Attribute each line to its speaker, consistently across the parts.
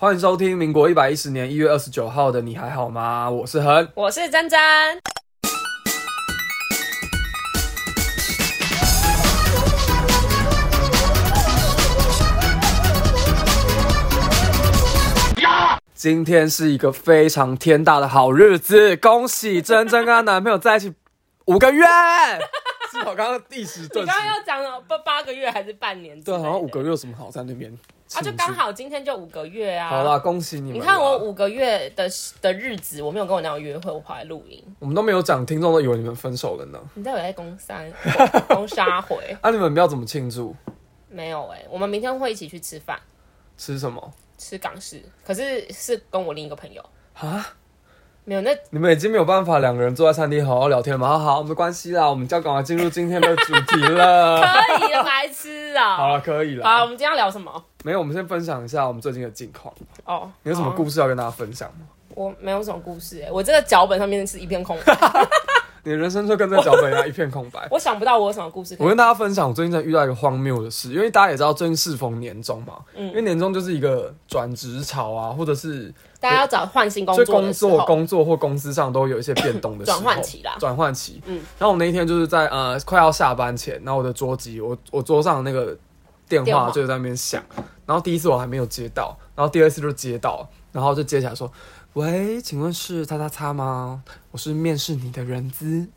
Speaker 1: 欢迎收听民国一百一十年一月二十九号的《你还好吗》，我是恒。
Speaker 2: 我是詹詹。
Speaker 1: 今天是一个非常天大的好日子，恭喜珍珍跟她男朋友在一起五个 月。是我刚刚一时
Speaker 2: 你
Speaker 1: 顿时
Speaker 2: 刚刚要讲了八八个月还是半年之
Speaker 1: 对，
Speaker 2: 类的？
Speaker 1: 好像五个月有什么好在那边庆
Speaker 2: 啊，
Speaker 1: 祝？
Speaker 2: 就刚好今天就五个月啊。
Speaker 1: 好啦，，恭喜你们
Speaker 2: 你
Speaker 1: 啦！
Speaker 2: 看我五个月的的日子，我没有跟我男友约会，我跑来露营。
Speaker 1: 我们都没有讲，听众都以为你们分手了呢。
Speaker 2: 你在我在攻 山攻杀回
Speaker 1: 啊，你们不要怎么庆祝？
Speaker 2: 没有哎、我们明天会一起去吃饭，
Speaker 1: 吃什么
Speaker 2: 吃港式，可是是跟我另一个朋友，
Speaker 1: 啊？
Speaker 2: 没有那
Speaker 1: 你们已经没有办法两个人坐在餐厅好好聊天了吗？好好，没关系啦，我们就要赶快进入今天的主题 了。
Speaker 2: 可以了，白痴啊、
Speaker 1: 好了，可以
Speaker 2: 好，我
Speaker 1: 了。
Speaker 2: 们今天要聊什么？
Speaker 1: 没有，我们先分享一下我们最近的近况。
Speaker 2: 哦，
Speaker 1: 你有什么故事要跟大家分享吗？
Speaker 2: 我没有什么故事哎、我这个脚本上面是一片空白，
Speaker 1: 你的人生就跟这个脚本一样一片空 白。
Speaker 2: 我想不到我有什么故事可
Speaker 1: 我
Speaker 2: 以。
Speaker 1: 跟大家分享，我最近在遇到一个荒谬的事，因为大家也知道最近适逢年终嘛，因为年终就是一个转职潮啊，或者是
Speaker 2: 大家要找换新工
Speaker 1: 就
Speaker 2: 作
Speaker 1: 工
Speaker 2: 的时候，
Speaker 1: 作、工作或公司上都有一些变动的时候
Speaker 2: 转换期 啦
Speaker 1: 转换期。嗯
Speaker 2: 嗯，
Speaker 1: 然后我那一天就是在呃快要下班前，然后我的桌机，我我桌上的那个电
Speaker 2: 电
Speaker 1: 话
Speaker 2: 话
Speaker 1: 就在那边响，然后第一次我还没有接到，然后第二次就接到，然后就接起来说：“喂，请问是叉叉叉吗？我是面试你的人资。”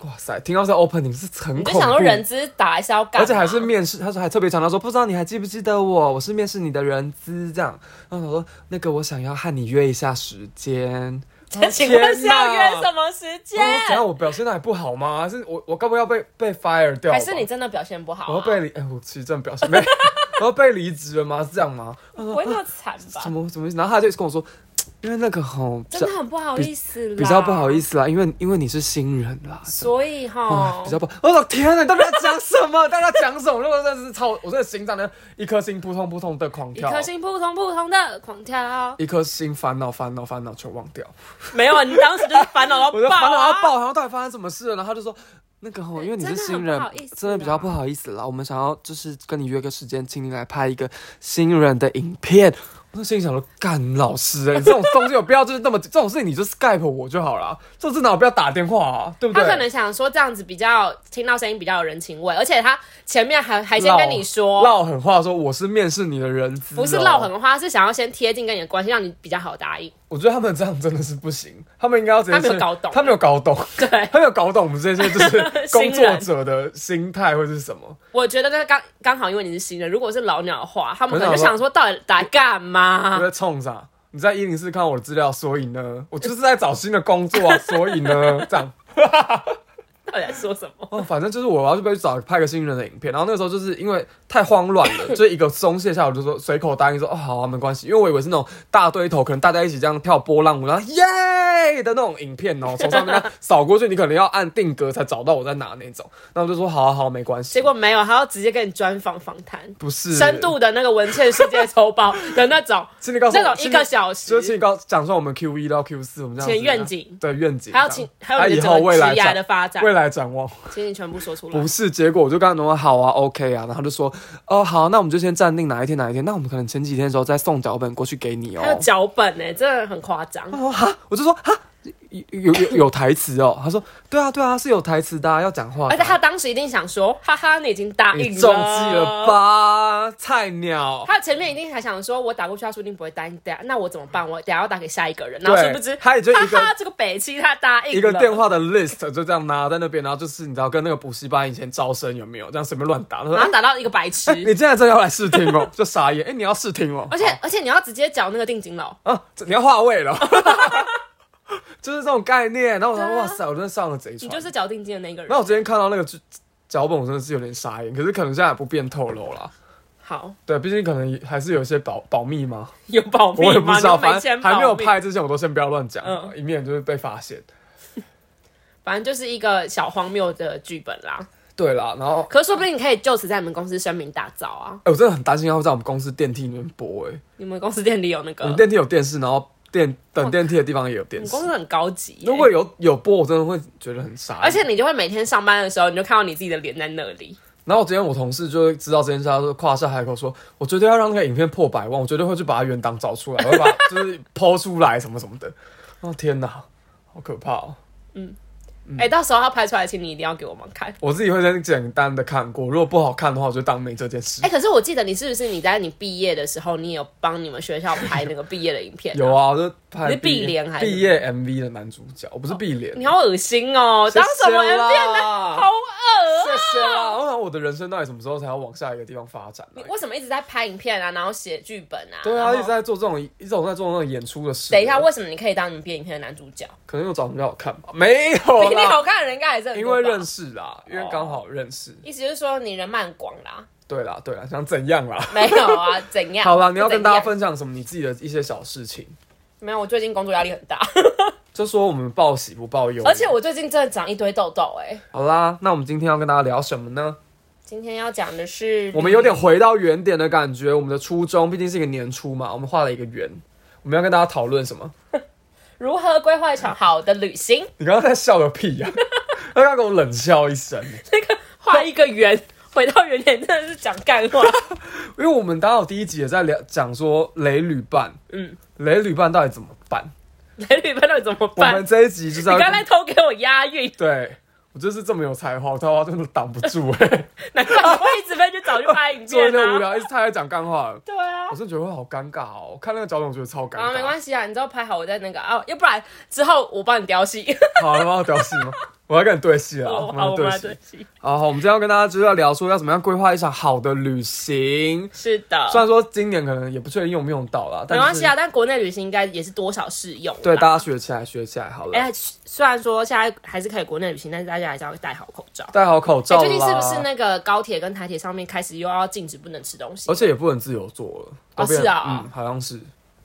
Speaker 1: 哇塞，听到这 opening 是很
Speaker 2: 你
Speaker 1: 恐怖，
Speaker 2: 就想说人资打来是要干
Speaker 1: 而
Speaker 2: 嘛，
Speaker 1: 且还 是面试，他说还特别强调说，不知道你还记不记得我，我是面试你的人资这样。然后我说那个我想要和你约一下时间，
Speaker 2: 这请问是要约
Speaker 1: 么？
Speaker 2: 什么时间？
Speaker 1: 怎哦样？我表现的还不好吗？还是我我该不会要被被 fire 掉吧？
Speaker 2: 还是你真的表现不好、
Speaker 1: 我
Speaker 2: 啊
Speaker 1: 要？被离？哎、我其实真的表 现没，我要被离职了吗？是这样吗？
Speaker 2: 不会那么惨吧
Speaker 1: 什？么什么意思？然后他就跟我说，因为那个吼，比
Speaker 2: 真
Speaker 1: 较
Speaker 2: 的很不好意思啦，
Speaker 1: 比较不好意
Speaker 2: 思。
Speaker 1: 思啦，因为因为你是新人啦。
Speaker 2: 所以哈
Speaker 1: 啊，，比较不，我的天呐，你到底要讲什么？ 到底要讲什么？那个真的是超，我真的心脏呢一颗心扑通扑通的狂
Speaker 2: 一
Speaker 1: 跳，
Speaker 2: 颗心扑通扑通的 狂跳，
Speaker 1: 一颗心烦恼烦恼烦恼全忘掉，
Speaker 2: 没
Speaker 1: 啊
Speaker 2: 有，你当时就是烦恼到
Speaker 1: 我就烦恼
Speaker 2: 啊
Speaker 1: 到爆，然后到底发生什么事了？然后他就说。那个吼，因为你是新
Speaker 2: 哎真的
Speaker 1: 人
Speaker 2: 很不好意，思
Speaker 1: 真的比较不好意思啦。我们想要就是跟你约个时间，请你来拍一个新人的影片。我就心里想说，干老师哎、 你这种东西有必要就是那么这种事情，你就 Skype 我就好了，这至少不要打电话啊，对不
Speaker 2: 他
Speaker 1: 对？
Speaker 2: 可能想说这样子比较听到声音比较有人情味，而且他前面还还先跟你说，
Speaker 1: 唠狠话说我是面试你的人资哦、
Speaker 2: 不是唠狠话，是想要先贴近跟你的关系，让你比较好答应。
Speaker 1: 我觉得他们这样真的是不行，他们应该要直接
Speaker 2: 他没有
Speaker 1: 是
Speaker 2: 搞懂
Speaker 1: 他没有搞懂，
Speaker 2: 对，
Speaker 1: 他没有搞懂我们这些就是工
Speaker 2: 新人
Speaker 1: 作者的心态会是什么。
Speaker 2: 我觉得那刚刚好，因为你是新人，如果是老鸟的话，他们可能
Speaker 1: 我
Speaker 2: 就
Speaker 1: 想
Speaker 2: 想说，到底打干
Speaker 1: 我
Speaker 2: 嘛？
Speaker 1: 在冲啥？你在一零四看我的资料，所以呢，我就是在找新的工作 啊，所以呢，这样。
Speaker 2: 到底在说什么？
Speaker 1: 哦，反正就是我要去被找拍个新人的影片，然后那个时候就是因为太慌乱了， 就一个松懈下，我就说随口答应说哦好啊没关系，因为我以为是那种大堆头，可能大家一起这样跳波浪舞，然后耶的那种影片哦，从上面这 样扫过去，你可能要按定格才找到我在哪那种，然后我就说好啊好啊没关系，
Speaker 2: 结果没有，他要直接跟你专访访谈，
Speaker 1: 不是
Speaker 2: 深度的那个文献世界 周报的那种，
Speaker 1: 请你告诉我
Speaker 2: 那种一个小
Speaker 1: 就是请
Speaker 2: 时，
Speaker 1: 你告讲说我们 Q 一到 Q 四，我们这样子啊
Speaker 2: 请愿景
Speaker 1: 对愿景，
Speaker 2: 还有请
Speaker 1: 这
Speaker 2: 还
Speaker 1: 样啊
Speaker 2: 有你
Speaker 1: 以
Speaker 2: 的
Speaker 1: 后
Speaker 2: 整个
Speaker 1: 未
Speaker 2: 职
Speaker 1: 来
Speaker 2: 涯
Speaker 1: 展
Speaker 2: 的发展，
Speaker 1: 未来展 望。
Speaker 2: 请你全部说出来
Speaker 1: 不。是，结果我就跟他说好啊，OK 啊，然后他就说哦好，那我们就先暂定哪一天哪一天，那我们可能前几天的时候再送脚本过去给你哦
Speaker 2: 还。有脚本呢、欸真的很夸 张。
Speaker 1: 我说哈，我就说哈，有有有有台词哦。他说对啊对啊，是有台词的、啊，要讲话的
Speaker 2: 而
Speaker 1: 啊。
Speaker 2: 且他当时一定想说，哈哈，你已经答应
Speaker 1: 你
Speaker 2: 了，
Speaker 1: 中计了？吧，菜鸟。
Speaker 2: 他前面一定还想说，我打过去，他说一定不会答应，等下那我怎么办？我等下要打给下一个人，然后
Speaker 1: 对
Speaker 2: 殊不知，
Speaker 1: 他也就一个
Speaker 2: 哈哈，这个北七他答应了
Speaker 1: 一个电话的 list 就这样拿在那边，然后就是你知道跟那个补习班以前招生有没有这样随便乱打？他说、
Speaker 2: 然
Speaker 1: 哎
Speaker 2: 后打到一个白 痴，
Speaker 1: 你现在真的要来试听哦， 就傻眼。哎、你要试听哦，
Speaker 2: 而且而且你要直接缴那个定金了，
Speaker 1: 啊，这你要化位了， 就是这种概念。然后我想，
Speaker 2: 对啊
Speaker 1: 哇塞，我真的上了贼
Speaker 2: 你
Speaker 1: 船。
Speaker 2: 就是缴定金的那个
Speaker 1: 然后
Speaker 2: 人。
Speaker 1: 我今天看到那个剧脚本，我真的是有点傻眼。可是可能现在也不便透露啦，
Speaker 2: 好，
Speaker 1: 对，毕竟可能还是有一些保保密嘛，
Speaker 2: 有保密吗？
Speaker 1: 我也不知道，
Speaker 2: 你又没
Speaker 1: 反
Speaker 2: 钱
Speaker 1: 正
Speaker 2: 保
Speaker 1: 还
Speaker 2: 密
Speaker 1: 没有，拍之前，我都先不要乱讲，
Speaker 2: 嗯
Speaker 1: 以免就是被发现。
Speaker 2: 反正就是一个小荒谬的剧本啦。
Speaker 1: 对啦，然后。
Speaker 2: 可是说不定你可以就此在你们公司声名大噪啊！
Speaker 1: 哎、我真的很担心他会在我们公司电梯里面播、哎、
Speaker 2: 你们公司店里有那个，
Speaker 1: 我们
Speaker 2: 你
Speaker 1: 电梯有电视，然后电等电梯的地方也有电
Speaker 2: 哦们
Speaker 1: 视
Speaker 2: 公。司很高级耶、
Speaker 1: 如果有有播，我真的会觉得很傻眼。
Speaker 2: 而且你就会每天上班的时候，你就看到你自己的脸在那里，
Speaker 1: 然后我今天我同事就知道这件事，他就夸下海口说：“我绝对要让那个影片破百万，我绝对会去把它原档找出来，我会把就是剖出来什么什么的。”哦天哪，好可怕哦！嗯
Speaker 2: 哎、到时候他拍出来，请你一定要给我们看。
Speaker 1: 我自己会先简单的看过，如果不好看的话，我就当没这件事
Speaker 2: 哎、。可是我记得你是不是你在你毕业的时候，你有帮你们学校拍那个毕业的影片、
Speaker 1: 有，啊，我就拍
Speaker 2: 你是毕联还是哦
Speaker 1: 毕业 MV 的男主角，我不是毕联。
Speaker 2: 你好恶心哦、
Speaker 1: 谢
Speaker 2: 当
Speaker 1: 谢
Speaker 2: 什么 M 片呢？
Speaker 1: 啦
Speaker 2: 好恶、啊！
Speaker 1: 谢谢啦。我想我的人生到底什么时候才要往下一个地方发展呢
Speaker 2: 你？为什么一直在拍影片啊？然后写剧本啊？
Speaker 1: 对
Speaker 2: 然
Speaker 1: 啊，
Speaker 2: 后
Speaker 1: 一直在做这种，一直在做这种演出的事。
Speaker 2: 等一下，为什么你可以当你变影片的男主角？
Speaker 1: 可能又长得比较好看吧？没有
Speaker 2: 比 你
Speaker 1: 啦，
Speaker 2: 好看的人应该还是很
Speaker 1: 哦因
Speaker 2: 多吧
Speaker 1: 为认，识啦，因为刚好认识。
Speaker 2: 意思就是说你人脉很广啦。
Speaker 1: 对啦，对啦，想怎样 啦？
Speaker 2: 没有啊，怎 样？
Speaker 1: 好啦，你要
Speaker 2: 就怎
Speaker 1: 跟大家
Speaker 2: 样
Speaker 1: 分享什么你自己的一些小事情，
Speaker 2: 没有，我最近工作压力很大，
Speaker 1: 就说我们报喜不报忧。
Speaker 2: 而且我最近真的长一堆痘痘哎、
Speaker 1: 好啦，那我们今天要跟大家聊什么呢？
Speaker 2: 今天要讲的是，
Speaker 1: 我们有点回到原点的感觉。我们的初衷毕竟是一个年初嘛，我们画了一个圆。我们要跟大家讨论什么？
Speaker 2: 如何规划一场好的旅行，
Speaker 1: 你刚刚在笑个屁 呀、他刚给我冷笑一声，
Speaker 2: 画一个圆，回到原点，真的是讲干 话。
Speaker 1: 因为我们刚好第一集也在聊讲说雷旅伴，
Speaker 2: 嗯，
Speaker 1: 雷旅伴到底怎么办？
Speaker 2: 男女朋友怎么
Speaker 1: 我
Speaker 2: 办？
Speaker 1: 们
Speaker 2: 你
Speaker 1: 这一集就是要
Speaker 2: 刚才偷给我押韵，
Speaker 1: 对我就是这么有才华，我他妈真的挡不住哎、欸，
Speaker 2: 难怪我会一直被去找去拍影
Speaker 1: 做一
Speaker 2: 片
Speaker 1: 些无
Speaker 2: 啊。
Speaker 1: 聊，一直他在讲干话了，
Speaker 2: 对啊
Speaker 1: 我。真的觉得会好尴尬哦。我看那个脚本，我觉得超尴
Speaker 2: 啊，没
Speaker 1: 尬。
Speaker 2: 关系啊，你之后拍好我再那个啊，要不然之后我帮你 雕戏，
Speaker 1: 好，然后屌戏吗？我要跟你对戏了，
Speaker 2: 哦好，
Speaker 1: 们
Speaker 2: 我们来
Speaker 1: 戏
Speaker 2: 对。戏。
Speaker 1: 好好，我们今天要跟大家就是要聊说要怎么样规划一场好的旅行。
Speaker 2: 是的，
Speaker 1: 虽然说今年可能也不确定用不用到啦，但
Speaker 2: 没
Speaker 1: 是
Speaker 2: 关系啊，但国内旅行应该也是多少适用啦。
Speaker 1: 对，大家学起来，学起来好了。
Speaker 2: 哎、虽然说现在还是可以国内旅行，但是大家还是要戴好口罩。哎
Speaker 1: 戴好口罩啦。
Speaker 2: 最近是不是那个高铁跟台铁上面开始又要禁止不能吃东西
Speaker 1: 而？且也不能自由做了。
Speaker 2: 哦
Speaker 1: 都变
Speaker 2: 是啊
Speaker 1: 嗯，好像是。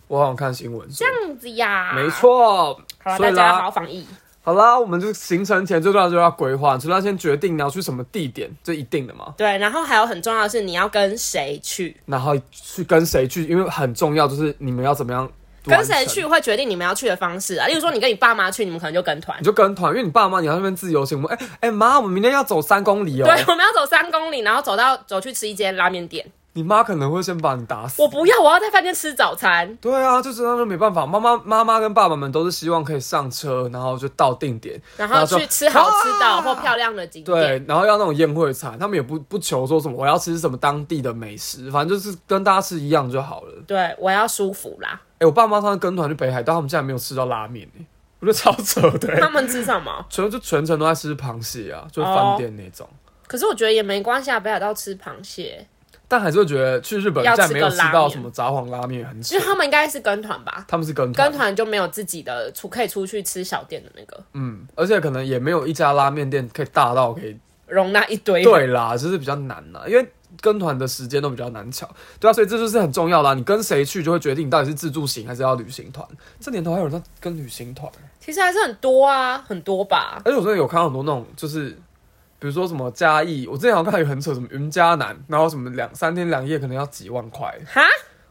Speaker 1: 我好像看新闻说，
Speaker 2: 这样子呀，
Speaker 1: 没。错。
Speaker 2: 好了，
Speaker 1: 所
Speaker 2: 大
Speaker 1: 以
Speaker 2: 家好
Speaker 1: 啦
Speaker 2: 好，防疫。
Speaker 1: 好啦，我们就行程前最重要就是要规划，除了先决定你要去什么地点，这一定的嘛。
Speaker 2: 对，然后还有很重要的是你要跟谁去，
Speaker 1: 然后去跟谁去，因为很重要，就是你们要怎么样
Speaker 2: 跟
Speaker 1: 完成
Speaker 2: 谁去，会决定你们要去的方式啊。例如说你跟你爸妈去，你们可能就跟团
Speaker 1: 你。就跟团，因为你爸妈你要在那边自由行。我们哎哎妈，我们明天要走三公里哦。
Speaker 2: 对，我们要走三公里，然后走到走去吃一间拉面店。
Speaker 1: 你妈可能会先把你打死。
Speaker 2: 我不要，我要在饭店吃早餐。
Speaker 1: 对啊，就知道就没办法。妈妈、妈妈跟爸爸们都是希望可以上车，然后就到定点，
Speaker 2: 然后
Speaker 1: 就
Speaker 2: 去吃好吃的
Speaker 1: 啊
Speaker 2: 或漂亮的景点，
Speaker 1: 对，然后要那种宴会餐，他们也不不求说什么我要吃什么当地的美食，反正就是跟大家吃一样就好了。
Speaker 2: 对，我要舒服啦。
Speaker 1: 哎、我爸妈上次跟团去北海道，他们竟然没有吃到拉面、欸、我觉得超扯的、欸
Speaker 2: 他们吃什么？
Speaker 1: 全就全程都在吃螃蟹啊，就是
Speaker 2: 哦
Speaker 1: 饭店那种。
Speaker 2: 可是我觉得也没关系啊，北海道吃螃蟹，
Speaker 1: 但还是会觉得去日本
Speaker 2: 要
Speaker 1: 竟
Speaker 2: 吃个
Speaker 1: 然没有吃
Speaker 2: 拉
Speaker 1: 到
Speaker 2: 面
Speaker 1: 什么札幌拉面，很扯
Speaker 2: 因为。他们应该是跟团吧，
Speaker 1: 他们是跟团，
Speaker 2: 跟团就没有自己的出可以出去吃小店的那个
Speaker 1: 嗯，而且可能也没有一家拉面店可以大到可以
Speaker 2: 容纳一堆。，
Speaker 1: 对啦，就是比较难啦，因为跟团的时间都比较难抢，对啊，所以这就是很重要啦。你跟谁去，就会决定你到底是自助行还是要旅行团。这年头还有人在跟旅行团，
Speaker 2: 其实还是很多啊，很多吧。
Speaker 1: 而且我真的有看到很多那种，就是比如说什么嘉义，我之前好像看到有很扯，什么云嘉南，然后什么两三天两夜可能要几万块，
Speaker 2: 哈，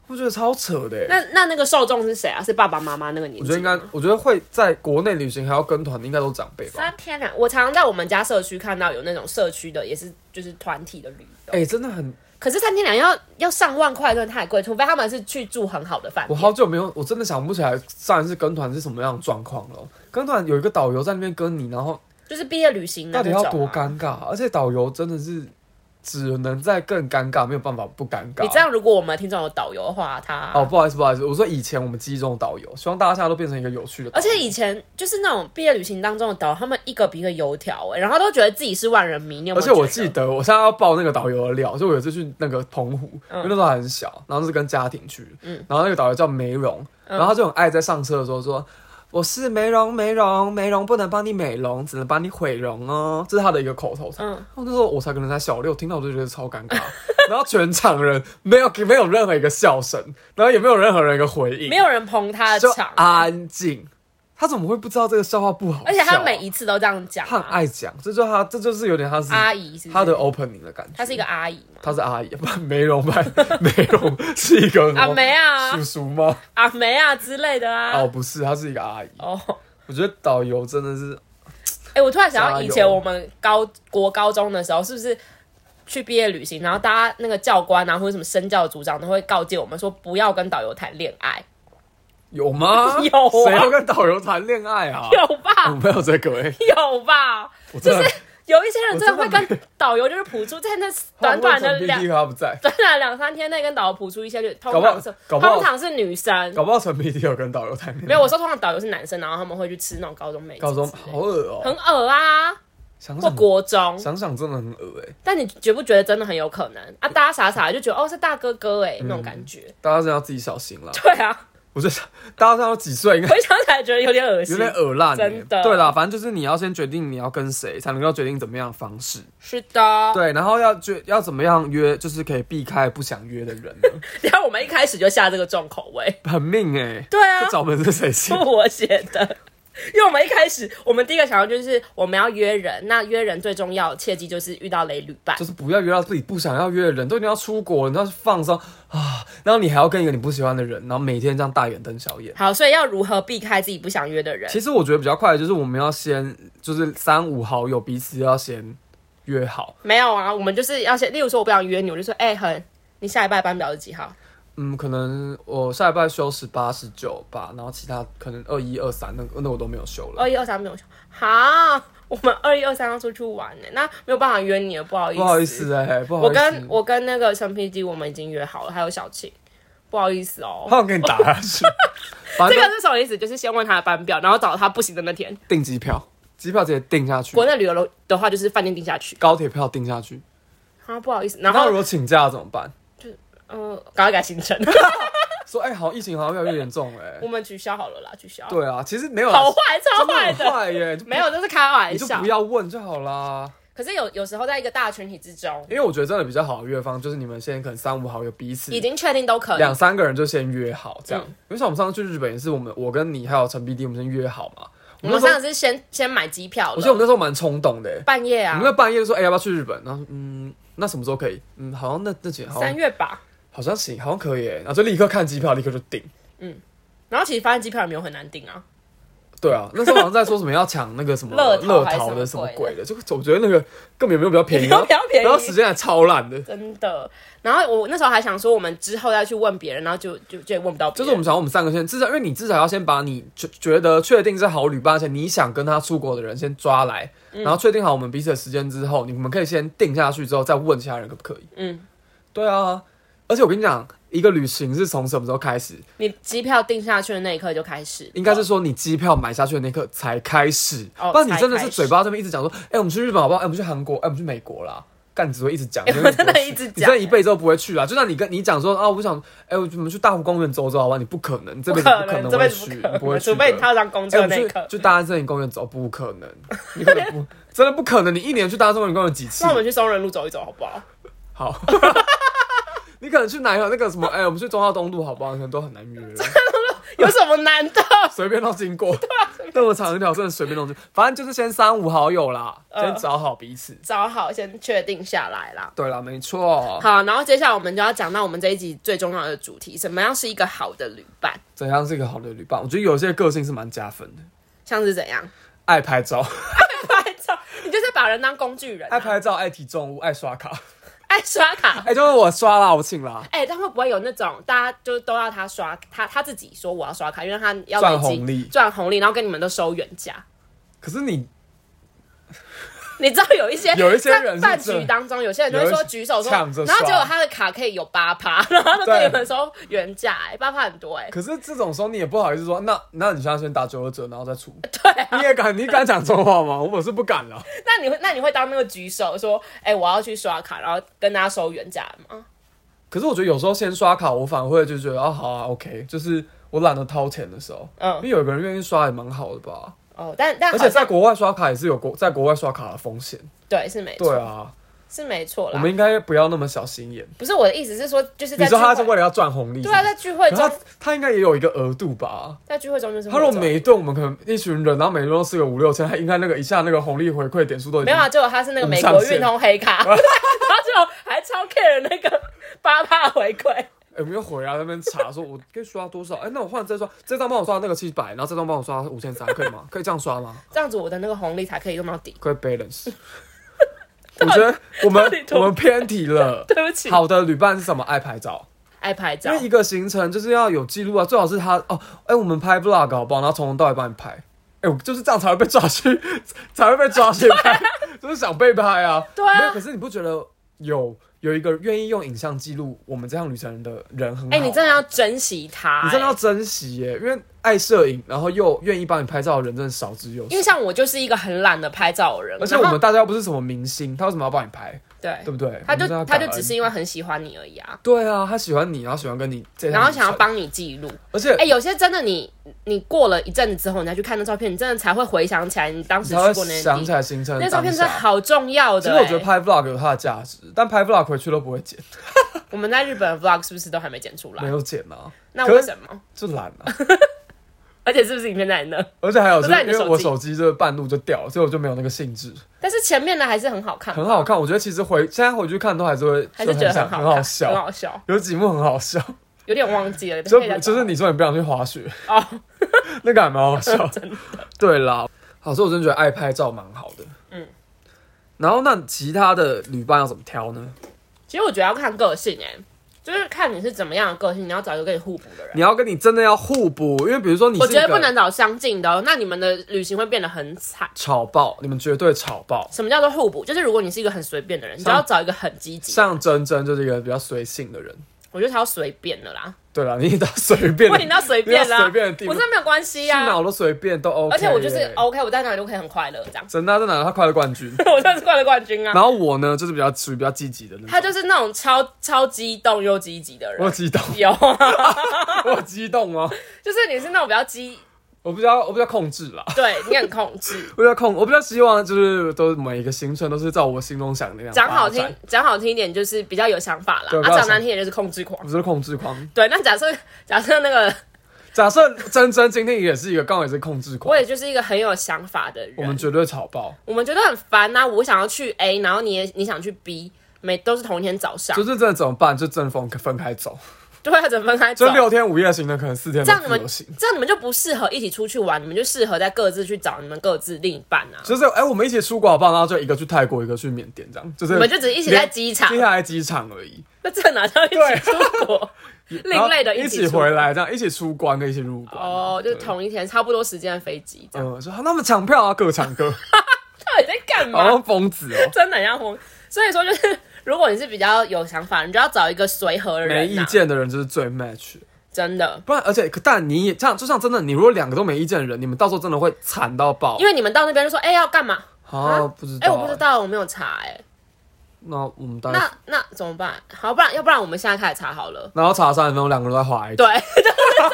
Speaker 1: 我觉得超扯的、欸。
Speaker 2: 那那那个受众是谁啊？是爸爸妈妈那个年纪？
Speaker 1: 我觉得应该，我觉得会在国内旅行还要跟团的，应该都长辈吧。
Speaker 2: 三天啊！我常常在我们家社区看到有那种社区的，也是就是团体的旅游。
Speaker 1: 哎、真的很，
Speaker 2: 可是三天两夜要要上万块，真的太贵，除非他们是去住很好的饭
Speaker 1: 我
Speaker 2: 店。
Speaker 1: 好久没有，我真的想不起来上一次跟团是什么样的状况了。跟团有一个导游在那边跟你，然后
Speaker 2: 就是毕业旅行的
Speaker 1: 到底
Speaker 2: 那
Speaker 1: 要
Speaker 2: 种啊
Speaker 1: 多尴尬？而且导游真的是只能在更尴尬，没有办法不尴尬。
Speaker 2: 你这样，如果我们听众有导游的话，他
Speaker 1: 哦，不好意思，不好意思，我说以前我们记忆中的导游，希望大家现在都变成一个有趣的导
Speaker 2: 而
Speaker 1: 游。
Speaker 2: 且以前就是那种毕业旅行当中的导游，他们一个比一个油条、欸，然后都觉得自己是万人迷。你有没
Speaker 1: 而
Speaker 2: 有
Speaker 1: 且我
Speaker 2: 觉
Speaker 1: 记得，我现在要爆那个导游的料，就我有一次去那个澎湖，
Speaker 2: 嗯
Speaker 1: 因为那时候还很小，然后是跟家庭去，然后那个导游叫梅荣，
Speaker 2: 嗯
Speaker 1: 然后他就很爱在上车的时候说。我是梅荣，梅荣，梅荣，不能帮你美容，只能帮你毁容哦，这是他的一个口头禅。
Speaker 2: 嗯
Speaker 1: 然后那时候我才可能才小六，听到我就觉得超尴尬， 然后全场人没有没有任何一个笑声，然后也没有任何人一个回应，
Speaker 2: 没有人捧他的
Speaker 1: 就
Speaker 2: 场，
Speaker 1: 安静。他怎么会不知道这个笑话不好笑啊、
Speaker 2: 而且他每一次都这样讲、
Speaker 1: 他很
Speaker 2: 啊。
Speaker 1: 爱讲，这就是他，这就是有点他是
Speaker 2: 阿姨是不是
Speaker 1: 他的 opening 的感觉。
Speaker 2: 他是一个阿姨嘛？
Speaker 1: 他是阿姨，不美容吧？美容是一个
Speaker 2: 阿梅啊
Speaker 1: 叔，叔吗？
Speaker 2: 阿梅啊之类的
Speaker 1: 哦，
Speaker 2: 啊。
Speaker 1: 不是，他是一个阿姨。
Speaker 2: 哦，
Speaker 1: 我觉得导游真的是
Speaker 2: 哎、我突然想到以
Speaker 1: 加
Speaker 2: 前
Speaker 1: 油
Speaker 2: 我们高国高中的时候，是不是去毕业旅行，然后大家那个教官啊或者什么身教组长都会告诫我们说，不要跟导游谈恋爱，
Speaker 1: 有吗？
Speaker 2: 有啊
Speaker 1: 谁要跟导游谈恋爱啊？
Speaker 2: 有吧？
Speaker 1: 我没有这个哎、
Speaker 2: 有吧？
Speaker 1: 我
Speaker 2: 就
Speaker 1: 真的
Speaker 2: 是有一些人
Speaker 1: 我
Speaker 2: 真的
Speaker 1: 真的
Speaker 2: 会跟导游就是普出在那短短的两
Speaker 1: 第一他不在，
Speaker 2: 短短两三天内跟导游普出一些，就通
Speaker 1: 搞不好
Speaker 2: 常是
Speaker 1: 搞不好
Speaker 2: 通常是女生，
Speaker 1: 搞不好陈皮迪有跟导游谈恋爱。
Speaker 2: 没有我说通常导游是男生，然后他们会去吃那种高中美食之类
Speaker 1: 高
Speaker 2: 的，
Speaker 1: 中好恶哦、
Speaker 2: 很恶啊，
Speaker 1: 想
Speaker 2: 或
Speaker 1: 想
Speaker 2: 国中，
Speaker 1: 想想真的很恶哎、
Speaker 2: 但你觉不觉得真的很有可能啊？大家傻傻的就觉得哦是大哥哥哎、那种感觉，
Speaker 1: 大家真的要自己小心啦。
Speaker 2: 对啊，
Speaker 1: 我觉得大家真的要几岁应该
Speaker 2: 回想起来觉得有点恶
Speaker 1: 有
Speaker 2: 心，
Speaker 1: 点恶烂、欸，
Speaker 2: 真的
Speaker 1: 对啦，反正就是你要先决定你要跟谁，才能够决定怎么样的方式。
Speaker 2: 是的，
Speaker 1: 对，然后要决要怎么样约，就是可以避开不想约的 人呢，
Speaker 2: 然后我们一开始就下这个重口 味，
Speaker 1: 很命哎、
Speaker 2: 对啊哦
Speaker 1: 这，找门是谁
Speaker 2: 是
Speaker 1: 先？
Speaker 2: 我写的。 因为我们一开始，我们第一个想要就是我们要约人，那约人最重要，切记就是遇到雷旅伴
Speaker 1: 就，是不要约到自己不想要约的人，都已经要出国了，你要去放松啊，然后你还要跟一个你不喜欢的人，然后每天这样大眼瞪小眼。
Speaker 2: 好，所以要如何避开自己不想约的人？
Speaker 1: 其实我觉得比较快的就是我们要先，就是三五好友彼此要先约好，
Speaker 2: 没有啊，我们就是要先，例如说我不想约你，我就说，哎、很，你下一拜班表是几号？
Speaker 1: 嗯，可能我下礼拜休十八、十九吧，然后其他可能二一、二三，那那我都没有休了。
Speaker 2: 二一二三没有休，好，我们二一二三要出去玩呢、那没有办法约你了，不好意思，
Speaker 1: 不好意思哎、不好意思，
Speaker 2: 我跟 我跟那个陈 PG 我们已经约好了，还有小庆，不好意思哦。
Speaker 1: 他要给你打下去，反
Speaker 2: 这
Speaker 1: 正
Speaker 2: 个是什么意思？就是先问他的班表，然后找到他不行的那天。
Speaker 1: 订机票，机票直接订下去
Speaker 2: 国，内旅游的话，就是饭店订下去。
Speaker 1: 高铁票订下去。
Speaker 2: 啊，不好意思，然
Speaker 1: 那如
Speaker 2: 后
Speaker 1: 果请假怎么办？
Speaker 2: 嗯，赶快改 行程，
Speaker 1: 说哎、好，疫情好像越来越严重哎、
Speaker 2: 我们取消好了啦，取消。，
Speaker 1: 对啊，其实没有啦
Speaker 2: 好坏
Speaker 1: 真
Speaker 2: 超
Speaker 1: 的
Speaker 2: 坏
Speaker 1: 很
Speaker 2: 的，
Speaker 1: 坏耶，就
Speaker 2: 没有，这是开玩
Speaker 1: 你就
Speaker 2: 笑
Speaker 1: 不。要问就好啦。
Speaker 2: 可是有有时候在一个大群体之中，
Speaker 1: 因为我觉得真的比较好的约方就是你们现在可能三五好友彼此
Speaker 2: 已经嗯确定都可以。
Speaker 1: 两三个人就先约好这样。因为像我们上次去日本也是我们我跟你还有陈 BD 我们先约好嘛。那
Speaker 2: 我们
Speaker 1: 时候
Speaker 2: 上次是先先买机票
Speaker 1: 我记得我们
Speaker 2: 了，
Speaker 1: 那时候蛮冲动的耶、欸
Speaker 2: 半夜
Speaker 1: 我
Speaker 2: 啊
Speaker 1: 们，在半夜就说哎、要不要去日本？然后嗯那什么时候可以？嗯好像那那几好像
Speaker 2: 三月吧。
Speaker 1: 好像行，好像可以欸耶、然后就立刻看机票，立刻就订。
Speaker 2: 然后其实发现机票也没有很难订啊，
Speaker 1: 对啊，那时候好像在说什么要抢那个什么
Speaker 2: 乐淘
Speaker 1: 乐
Speaker 2: 还是
Speaker 1: 淘的
Speaker 2: 什
Speaker 1: 什
Speaker 2: 么
Speaker 1: 么鬼
Speaker 2: 鬼
Speaker 1: 的，就我觉得那个根本也没有比较便宜，啊
Speaker 2: 也没有比较便宜
Speaker 1: 然后时间还超烂的。
Speaker 2: 真的。然后我那时候还想说，我们之后要去问别人，然后就就就也问不到别人。
Speaker 1: 就是我们想，我们三个先至少，因为你至少要先把你觉觉得确定是好旅伴，而且你想跟他出国的人先抓来，
Speaker 2: 嗯
Speaker 1: 然后确定好我们彼此的时间之后，你们可以先定下去之后再问其他人可不可以。
Speaker 2: 嗯，
Speaker 1: 对啊，而且我跟你讲，一个旅行是从什么时候开始？
Speaker 2: 你机票订下去的那一刻就开始，
Speaker 1: 应该是说你机票买下去的那一刻才开始，
Speaker 2: 哦
Speaker 1: 不然你真的
Speaker 2: 才
Speaker 1: 是
Speaker 2: 开始
Speaker 1: 嘴巴这边一直讲说，哎、我们去日本好不好？哎、我们去韩国，哎、我们去美国啦。干，你只会一直讲，
Speaker 2: 哎
Speaker 1: 你会
Speaker 2: 我真的
Speaker 1: 不会去
Speaker 2: 一直讲
Speaker 1: 你真的一辈子都不会去啦。就算你跟你讲说啊，我想，哎、我们去大湖公园走走好不好？你不可能，你这辈子不可能会
Speaker 2: 这辈子
Speaker 1: 去，
Speaker 2: 不可
Speaker 1: 你不会
Speaker 2: 能，
Speaker 1: 去的。
Speaker 2: 除非你踏上公
Speaker 1: 哎、
Speaker 2: 车
Speaker 1: 我
Speaker 2: 那
Speaker 1: 们
Speaker 2: 一
Speaker 1: 去
Speaker 2: 刻。
Speaker 1: 去大安森林公园走，不可能，你可能不，真的不可能。你一年去大安森林公园几次
Speaker 2: 那？我们去松仁路走一走好不好？
Speaker 1: 好， 你可能去哪有那个什么？哎、我们去中华东路好不好？可能都很难约。
Speaker 2: 有什么难的？
Speaker 1: 随便都经 过，那么长一条真啊的随便都经，反正就是先三五好友啦，
Speaker 2: 嗯
Speaker 1: 先找好彼此。
Speaker 2: 找好先确定下来啦。
Speaker 1: 对啦，没错，
Speaker 2: 好，然后接下来我们就要讲到我们这一集最重要的主题，怎么样是一个好的旅伴，
Speaker 1: 怎样是一个好的旅伴？我觉得有些个性是蛮加分的，
Speaker 2: 像是怎样
Speaker 1: 爱拍照，
Speaker 2: 拍照，你就是把人当工具人 啊、
Speaker 1: 爱拍照，爱提重物，爱刷卡。
Speaker 2: 爱刷卡
Speaker 1: 哎、。就是我刷啦，我请啦，
Speaker 2: 哎、但会不会有那种大家就都要他刷，他他自己说我要刷卡，因为他要
Speaker 1: 赚
Speaker 2: 累积
Speaker 1: 红利
Speaker 2: 赚红利，然后跟你们都收原价。
Speaker 1: 可是你
Speaker 2: 你知道有一些
Speaker 1: 有一些人是
Speaker 2: 在饭
Speaker 1: 这
Speaker 2: 局当中，有些人就会
Speaker 1: 有一
Speaker 2: 说
Speaker 1: 些
Speaker 2: 举手说，然
Speaker 1: 抢着
Speaker 2: 后结
Speaker 1: 刷
Speaker 2: 果他的卡可以有八趴， 然后他就跟
Speaker 1: 对
Speaker 2: 你们收原价、哎，八趴很多哎、
Speaker 1: 可是这种时候你也不好意思说，那那你现在先打九折，然后再出。对、啊你也敢，你敢讲这种话吗？我是不敢了。
Speaker 2: 那你会那你会当那个举手说，哎、我要去刷卡，然后跟大家收原价吗？
Speaker 1: 可是我觉得有时候先刷卡，我反而会就觉得啊，好啊，OK，就是我懒得掏钱的时候，
Speaker 2: 嗯
Speaker 1: 因为有个人愿意刷也蛮好的吧。
Speaker 2: 哦，但但
Speaker 1: 而
Speaker 2: 好
Speaker 1: 且
Speaker 2: 像
Speaker 1: 在国外刷卡也是有国在国外刷卡的风险。
Speaker 2: 对是没错，
Speaker 1: 对啊，
Speaker 2: 是没错
Speaker 1: 我
Speaker 2: 啦
Speaker 1: 们。应该不要那么小心眼。
Speaker 2: 不是我的意思是说，就是
Speaker 1: 你
Speaker 2: 在聚
Speaker 1: 说他是为
Speaker 2: 会，
Speaker 1: 了要赚红利，
Speaker 2: 对啊，
Speaker 1: 是
Speaker 2: 在聚会
Speaker 1: 不是，可
Speaker 2: 中
Speaker 1: 是，他他应该也有一个额度吧？
Speaker 2: 在聚会中就是会
Speaker 1: 他如
Speaker 2: 有
Speaker 1: 果
Speaker 2: 这种
Speaker 1: 每一顿我们可能一群人，然后每一顿都是个五六千，他应该那个一下那个红利回馈点数都已
Speaker 2: 没
Speaker 1: 经
Speaker 2: 有啊，结果他是那个美
Speaker 1: 无
Speaker 2: 国
Speaker 1: 上限
Speaker 2: 运通黑 卡，然后结果还超 care 那个八趴回馈。
Speaker 1: 有没有回来那边查说我可以刷多少？哎，那我换这张，这张帮我刷那个七百，然后这张帮我刷五千三，可以吗？可以这样刷吗？
Speaker 2: 这样子我的那个红利才可以用到底。
Speaker 1: 可以 balance。我觉得我们
Speaker 2: 到底多
Speaker 1: 我们偏题了。
Speaker 2: 对不起，
Speaker 1: 好的旅伴是什么？爱拍照，
Speaker 2: 爱拍照
Speaker 1: 因为，一个行程就是要有记录啊，最好是他哦，哎、我们拍 vlog 好不好？然后从头到尾帮你拍，哎、我就是这样才会被抓去， 才会被抓去拍， 就是想被拍啊。
Speaker 2: 对啊
Speaker 1: 没有可是你不觉得有有一个愿意用影像记录我们这趟旅程的人很好？
Speaker 2: 哎、你真的要珍惜它、
Speaker 1: 你真的要
Speaker 2: 哎
Speaker 1: 珍惜耶，因为爱摄影，然后又愿意帮你拍照的人真的少之又少
Speaker 2: 因。为像我就是一个很懒的拍照的人，
Speaker 1: 而且
Speaker 2: 然
Speaker 1: 我
Speaker 2: 后
Speaker 1: 们大家又不是什么明星，他为什么要帮你拍？
Speaker 2: 对
Speaker 1: 对不对？
Speaker 2: 他
Speaker 1: 我们真的
Speaker 2: 就
Speaker 1: 要
Speaker 2: 他
Speaker 1: 感
Speaker 2: 就
Speaker 1: 恩
Speaker 2: 只是因为很喜欢你而已啊，
Speaker 1: 对啊，他喜欢你，然后喜欢跟你这趟
Speaker 2: 然后想要
Speaker 1: 旅程，
Speaker 2: 帮你记录。
Speaker 1: 而且
Speaker 2: 哎、有些真的你你过了一阵子之后，你再去看那照片，你真的才会回想起来你当时
Speaker 1: 才会
Speaker 2: 去过那
Speaker 1: 想
Speaker 2: 些
Speaker 1: 起
Speaker 2: 地。
Speaker 1: 来行程的
Speaker 2: 那照片
Speaker 1: 当
Speaker 2: 真
Speaker 1: 下
Speaker 2: 的好重要的、
Speaker 1: 其实我觉得拍
Speaker 2: 哎
Speaker 1: vlog 有它的价值，但拍 vlog 回去都不会剪，
Speaker 2: 我们在日本的 vlog 是不是都还没剪出
Speaker 1: 没
Speaker 2: 来？
Speaker 1: 有剪啊，
Speaker 2: 那
Speaker 1: 可是
Speaker 2: 为什么？
Speaker 1: 就懒啊。
Speaker 2: 而且是不是影片在那？
Speaker 1: 而且还有就
Speaker 2: 不在
Speaker 1: 是
Speaker 2: 你
Speaker 1: 因
Speaker 2: 的手
Speaker 1: 为
Speaker 2: 机
Speaker 1: 我手机就是半路就掉了，所以我就没有那个兴致。
Speaker 2: 但是前面的还是很好看，
Speaker 1: 很好看，我觉得其实回现在回去看都还是会
Speaker 2: 还是觉得
Speaker 1: 很想
Speaker 2: 好看，
Speaker 1: 很好
Speaker 2: 很
Speaker 1: 笑，
Speaker 2: 好笑，
Speaker 1: 有几幕很好笑，
Speaker 2: 有点忘 记了。
Speaker 1: 就
Speaker 2: 可以再找
Speaker 1: 就是你说你不想去滑雪，
Speaker 2: 哦，
Speaker 1: 那个还蛮好 笑，对啦，好，所以我真的觉得爱拍照蛮好的。嗯
Speaker 2: 嗯，
Speaker 1: 然后那其他的旅伴要怎么挑呢？
Speaker 2: 其实我觉得要看个性哎、就是看你是怎么样的个性，你要找一个跟你互补的人。
Speaker 1: 你要跟你真的要互补，因为比如说你
Speaker 2: 我
Speaker 1: 是一
Speaker 2: 觉得
Speaker 1: 个
Speaker 2: 不能找相近的哦，那你们的旅行会变得很惨。
Speaker 1: 吵爆，你们绝对吵爆。
Speaker 2: 什么叫做互补？就是如果你是一个很随便的人，你就
Speaker 1: 像
Speaker 2: 要找一个很积极。
Speaker 1: 像珍珍就是一个比较随性的人，
Speaker 2: 我觉得他要随便 的啦，
Speaker 1: 对啦，你也到随便
Speaker 2: 我已 经
Speaker 1: 的，
Speaker 2: 到随便
Speaker 1: 你要
Speaker 2: 啦，
Speaker 1: 随便的地方
Speaker 2: 我真的没有关系
Speaker 1: 去
Speaker 2: 呀、
Speaker 1: 哪我都随便都 OK
Speaker 2: 而
Speaker 1: 耶。
Speaker 2: 且我就是哦 OK，我在哪里都可以很快乐这样。
Speaker 1: 珍娜在拿她快乐冠军，
Speaker 2: 我算是冠了冠军啊
Speaker 1: 然！后我呢就是比较属于比较积极的那
Speaker 2: 他
Speaker 1: 种。
Speaker 2: 就是那种超超激动又积极的
Speaker 1: 我有
Speaker 2: 人，
Speaker 1: 激动，
Speaker 2: 有啊，
Speaker 1: 我有激动哦，
Speaker 2: 就是你是那种比较激，
Speaker 1: 我比较我比较控制啦，
Speaker 2: 对你很控 制。
Speaker 1: 我比较控，我比较希望就是都每一个行程都是照我心中想的那样发
Speaker 2: 讲
Speaker 1: 展。
Speaker 2: 好听，讲好听一点就是比较有想法啦，
Speaker 1: 对
Speaker 2: 啊，
Speaker 1: 比较有
Speaker 2: 讲难听一点就是控制狂
Speaker 1: 我。是控制狂。
Speaker 2: 对，那假设 假设那个
Speaker 1: 假设珍珍今天也是一个，刚好也是控制狂
Speaker 2: 我，也就是一个很有想法的人，
Speaker 1: 我们绝对吵爆，
Speaker 2: 我们觉得很烦呐、我想要去 A，然后你也你想去 B，每都是同一天早上，
Speaker 1: 就是真的怎么办？就真的分分开走，
Speaker 2: 对啊，怎么分开走
Speaker 1: 就？六天五夜行的，可能四天
Speaker 2: 这
Speaker 1: 都
Speaker 2: 样你
Speaker 1: 自
Speaker 2: 们
Speaker 1: 由行。
Speaker 2: 这样你们就不适合一起出去玩，你们就适合在各自去找你们各自另一半啊。
Speaker 1: 就是哎、我们一起出国好不好？然后就一个去泰国，一个去缅甸，这样就是
Speaker 2: 你们就只一起在机场
Speaker 1: 接，下来机场而已。
Speaker 2: 那这哪叫一起出国？另类的
Speaker 1: 啊然后一
Speaker 2: 起
Speaker 1: 起
Speaker 2: 出国
Speaker 1: 回来，这样一起出关跟一起入关。
Speaker 2: 哦，就是同一天差不多时间的飞机，这样
Speaker 1: 嗯，说好那我们抢票啊，各抢 各，
Speaker 2: 到底在干
Speaker 1: 好
Speaker 2: 嘛？
Speaker 1: 像疯子哦，
Speaker 2: 真的很像疯。所以说，就是 如果你是比较有想法，你就要找一个随和的人、啊，
Speaker 1: 没意，见的人就是最 match。
Speaker 2: 真的。
Speaker 1: 不然，而且可但你也这样，就像真的，你如果两个都没意见的人，你们到时候真的会惨到爆
Speaker 2: 因。为你们到那边就说，哎、要干嘛？
Speaker 1: 啊，不知道，啊
Speaker 2: 哎、我不知。道，我没有查、哎，
Speaker 1: 那我们大概，
Speaker 2: 那那怎么办？好，不然要不然我们现在开始查好了。
Speaker 1: 然后查三十分钟，两个人都在滑 IG，
Speaker 2: 对， 就是真的会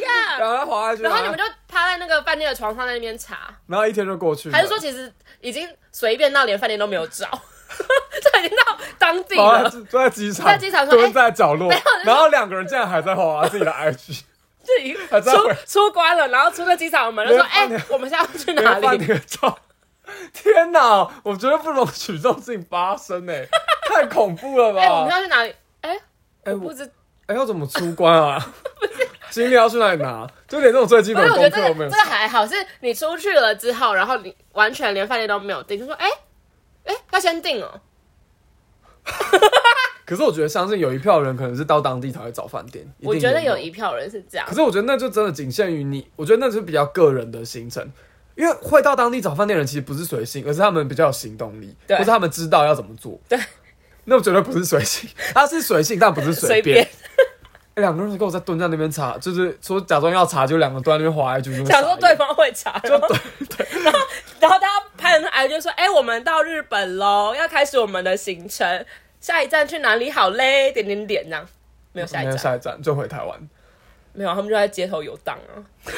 Speaker 2: 这
Speaker 1: 两
Speaker 2: 样。
Speaker 1: 个人在滑 IG，
Speaker 2: 然后你们就趴在那个饭店的床上在那边查，
Speaker 1: 然后一天就过去了。
Speaker 2: 还是说其实已经随便到连饭店都没有找， 这已经到当地
Speaker 1: 跑
Speaker 2: 了
Speaker 1: 在， 坐在机场，
Speaker 2: 在机场说
Speaker 1: 蹲在角落
Speaker 2: 哎没有人，说
Speaker 1: 然后两个人竟然还在滑自己的 IG，
Speaker 2: 就已经
Speaker 1: 还在
Speaker 2: 出
Speaker 1: 回
Speaker 2: 出关了，然后出了机场我们就说，
Speaker 1: 连
Speaker 2: 哎
Speaker 1: 饭店、
Speaker 2: 我们现在要去
Speaker 1: 没
Speaker 2: 哪
Speaker 1: 有放
Speaker 2: 里
Speaker 1: 那？个照。天哪，我觉得不容许这种事情发生哎、太恐怖了
Speaker 2: 哎、我们
Speaker 1: 吧？
Speaker 2: 要去哪里？哎、
Speaker 1: 哎、
Speaker 2: 不
Speaker 1: 我
Speaker 2: 知，
Speaker 1: 哎、要怎么出关 啊？ 行李要去哪里拿？就连这种最基
Speaker 2: 不
Speaker 1: 本
Speaker 2: 是，
Speaker 1: 的
Speaker 2: 我
Speaker 1: 功
Speaker 2: 觉
Speaker 1: 课
Speaker 2: 得啊
Speaker 1: 都
Speaker 2: 这个
Speaker 1: 没有
Speaker 2: 这个。还好，是你出去了之后，然后你完全连饭店都没有订，就说，哎、哎、要先订哦，
Speaker 1: 可是我觉得，相信有一票人可能是到当地才会找饭店。
Speaker 2: 我
Speaker 1: 定
Speaker 2: 觉得有一票人是这样
Speaker 1: 可，是我觉得那就真的仅限于你，我觉得那是比较个人的行程，因为会到当地找饭店的人其实不是随性，而是他们比较有行动力，
Speaker 2: 对
Speaker 1: 或是他们知道要怎么 做。
Speaker 2: 对，
Speaker 1: 那我觉得不是随性，他是随性，但不是随
Speaker 2: 随
Speaker 1: 便
Speaker 2: 便。。
Speaker 1: 哎两个人跟我在蹲在那边查，就是说假装要查，就两个蹲在那边划一句，就
Speaker 2: 想说对方会查，就对对，然后然后大家拍的那 IG 就说：“哎、我们到日本喽，要开始我们的行程，下一站去哪里好嘞？点点点这样，没有下一
Speaker 1: 没有
Speaker 2: 站，
Speaker 1: 下一站就回台湾，
Speaker 2: 没有，他们就在街头游荡啊。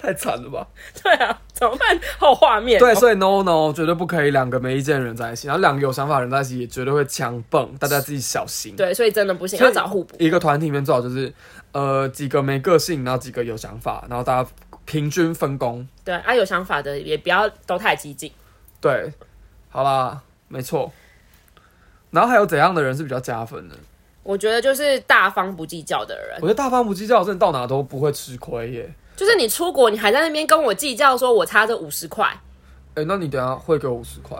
Speaker 1: 太惨了吧？
Speaker 2: 对啊，怎么办？好画面、哦
Speaker 1: 对，，所以 no no 绝对不可以两个没意见的人在一起，然后两个有想法的人在一起也绝对会强蹦，大家自己小心。
Speaker 2: 对，所以真的不行，
Speaker 1: 所以
Speaker 2: 要找互补。
Speaker 1: 一个团体里面最好就是，呃，几个没个性，然后几个有想法，然后大家平均分工。
Speaker 2: 对啊，有想法的也不要都太激进。
Speaker 1: 对，好啦，没错。然后还有怎样的人是比较加分的？
Speaker 2: 我觉得就是大方不计较的人
Speaker 1: 我，觉得大方不计较，真的到哪都不会吃亏耶。
Speaker 2: 就是你出国，你还在那边跟我计较，说我差这五十块，
Speaker 1: 哎、那你等一下会给我五十块？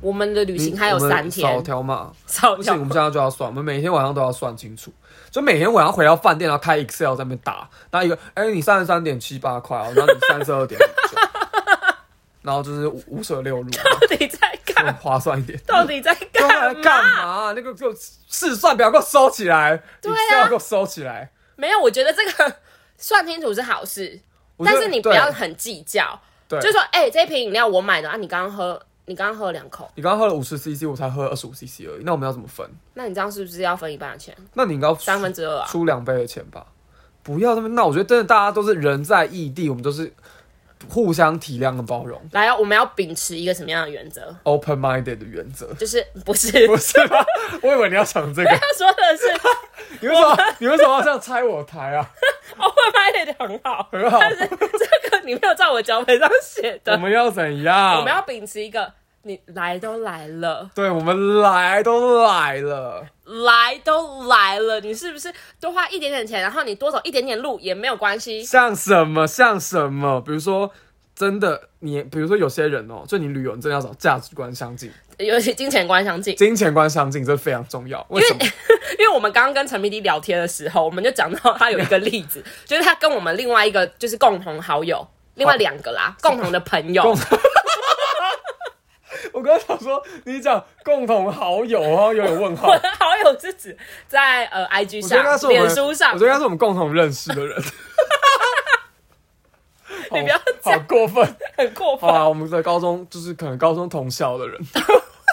Speaker 2: 我们的旅行还有
Speaker 1: 我们
Speaker 2: 三
Speaker 1: 少
Speaker 2: 天，
Speaker 1: 条码，
Speaker 2: 少
Speaker 1: 不行，我们现在就要算，我们每天晚上都要算清楚。就每天晚上回到饭店，然后开 Excel 在那边打，然后一个，哎、你三十三点七八块哦，然后你三十二点九， 然后就是五五舍六啊入，
Speaker 2: 到底在
Speaker 1: 这样
Speaker 2: 干？
Speaker 1: 划算一点。
Speaker 2: 到底在
Speaker 1: 都来
Speaker 2: 干 嘛？
Speaker 1: 干嘛？那个就试算表给我收起来，Excel
Speaker 2: 啊
Speaker 1: 给我收起来。
Speaker 2: 没有，我觉得这个算清楚是好事，
Speaker 1: 我觉
Speaker 2: 但
Speaker 1: 得
Speaker 2: 是你不
Speaker 1: 对
Speaker 2: 要很计较，
Speaker 1: 对，
Speaker 2: 就说哎、这瓶饮料我买的啊，你刚刚喝，你刚刚喝了两口，
Speaker 1: 你刚刚喝了五十 CC，我才喝二十五 CC 而已，那我们要怎么分？
Speaker 2: 那你这样是不是要分一半的钱，
Speaker 1: 那你应该要
Speaker 2: 三分之二啊？
Speaker 1: 出两倍的钱吧？不要那么闹，我觉得真的大家都是人在异地，我们都是互相体谅跟包容
Speaker 2: 来啊，我们要秉持一个什么样的原则？
Speaker 1: ，open minded 的原则。
Speaker 2: 就是不是
Speaker 1: 不是吧？ 我以为你要讲 这个，
Speaker 2: 他说的是哦
Speaker 1: 你为什么你为什么要这样拆我台啊？
Speaker 2: open minded 很好，
Speaker 1: 很 好，
Speaker 2: 但是这个你没有照我脚本上写的
Speaker 1: 我，们要怎样？
Speaker 2: 我们要秉持一个你来都来了。
Speaker 1: 对，我们来都来了，
Speaker 2: 来都来了，你是不是多花一点点钱，然后你多走一点点路也没有关系？
Speaker 1: 像什么像什么？比如说，真的你，比如说有些人哦、就你旅游，你真的要找价值观相近、
Speaker 2: 尤其金钱观相近，
Speaker 1: 金钱观相近，这非常重要。为什么？
Speaker 2: 因为我们刚刚跟陈 PD 聊天的时候，我们就讲到他有一个例子，就是他跟我们另外一个就是共同好友，另外两个啦，共同的朋 友
Speaker 1: 共，我刚刚想说，你讲共同好友，然后有点 问号
Speaker 2: 我。的好友是指在呃 IG
Speaker 1: 我觉得应该
Speaker 2: 上
Speaker 1: 是、我
Speaker 2: 脸
Speaker 1: 们，
Speaker 2: 书上
Speaker 1: 我觉，得应该是我们共同认识的人。
Speaker 2: 你不要这
Speaker 1: 好
Speaker 2: 样
Speaker 1: 好过分！
Speaker 2: 很过
Speaker 1: 好啊
Speaker 2: 分，
Speaker 1: 啦，我们的高中就是可能高中同校 的人。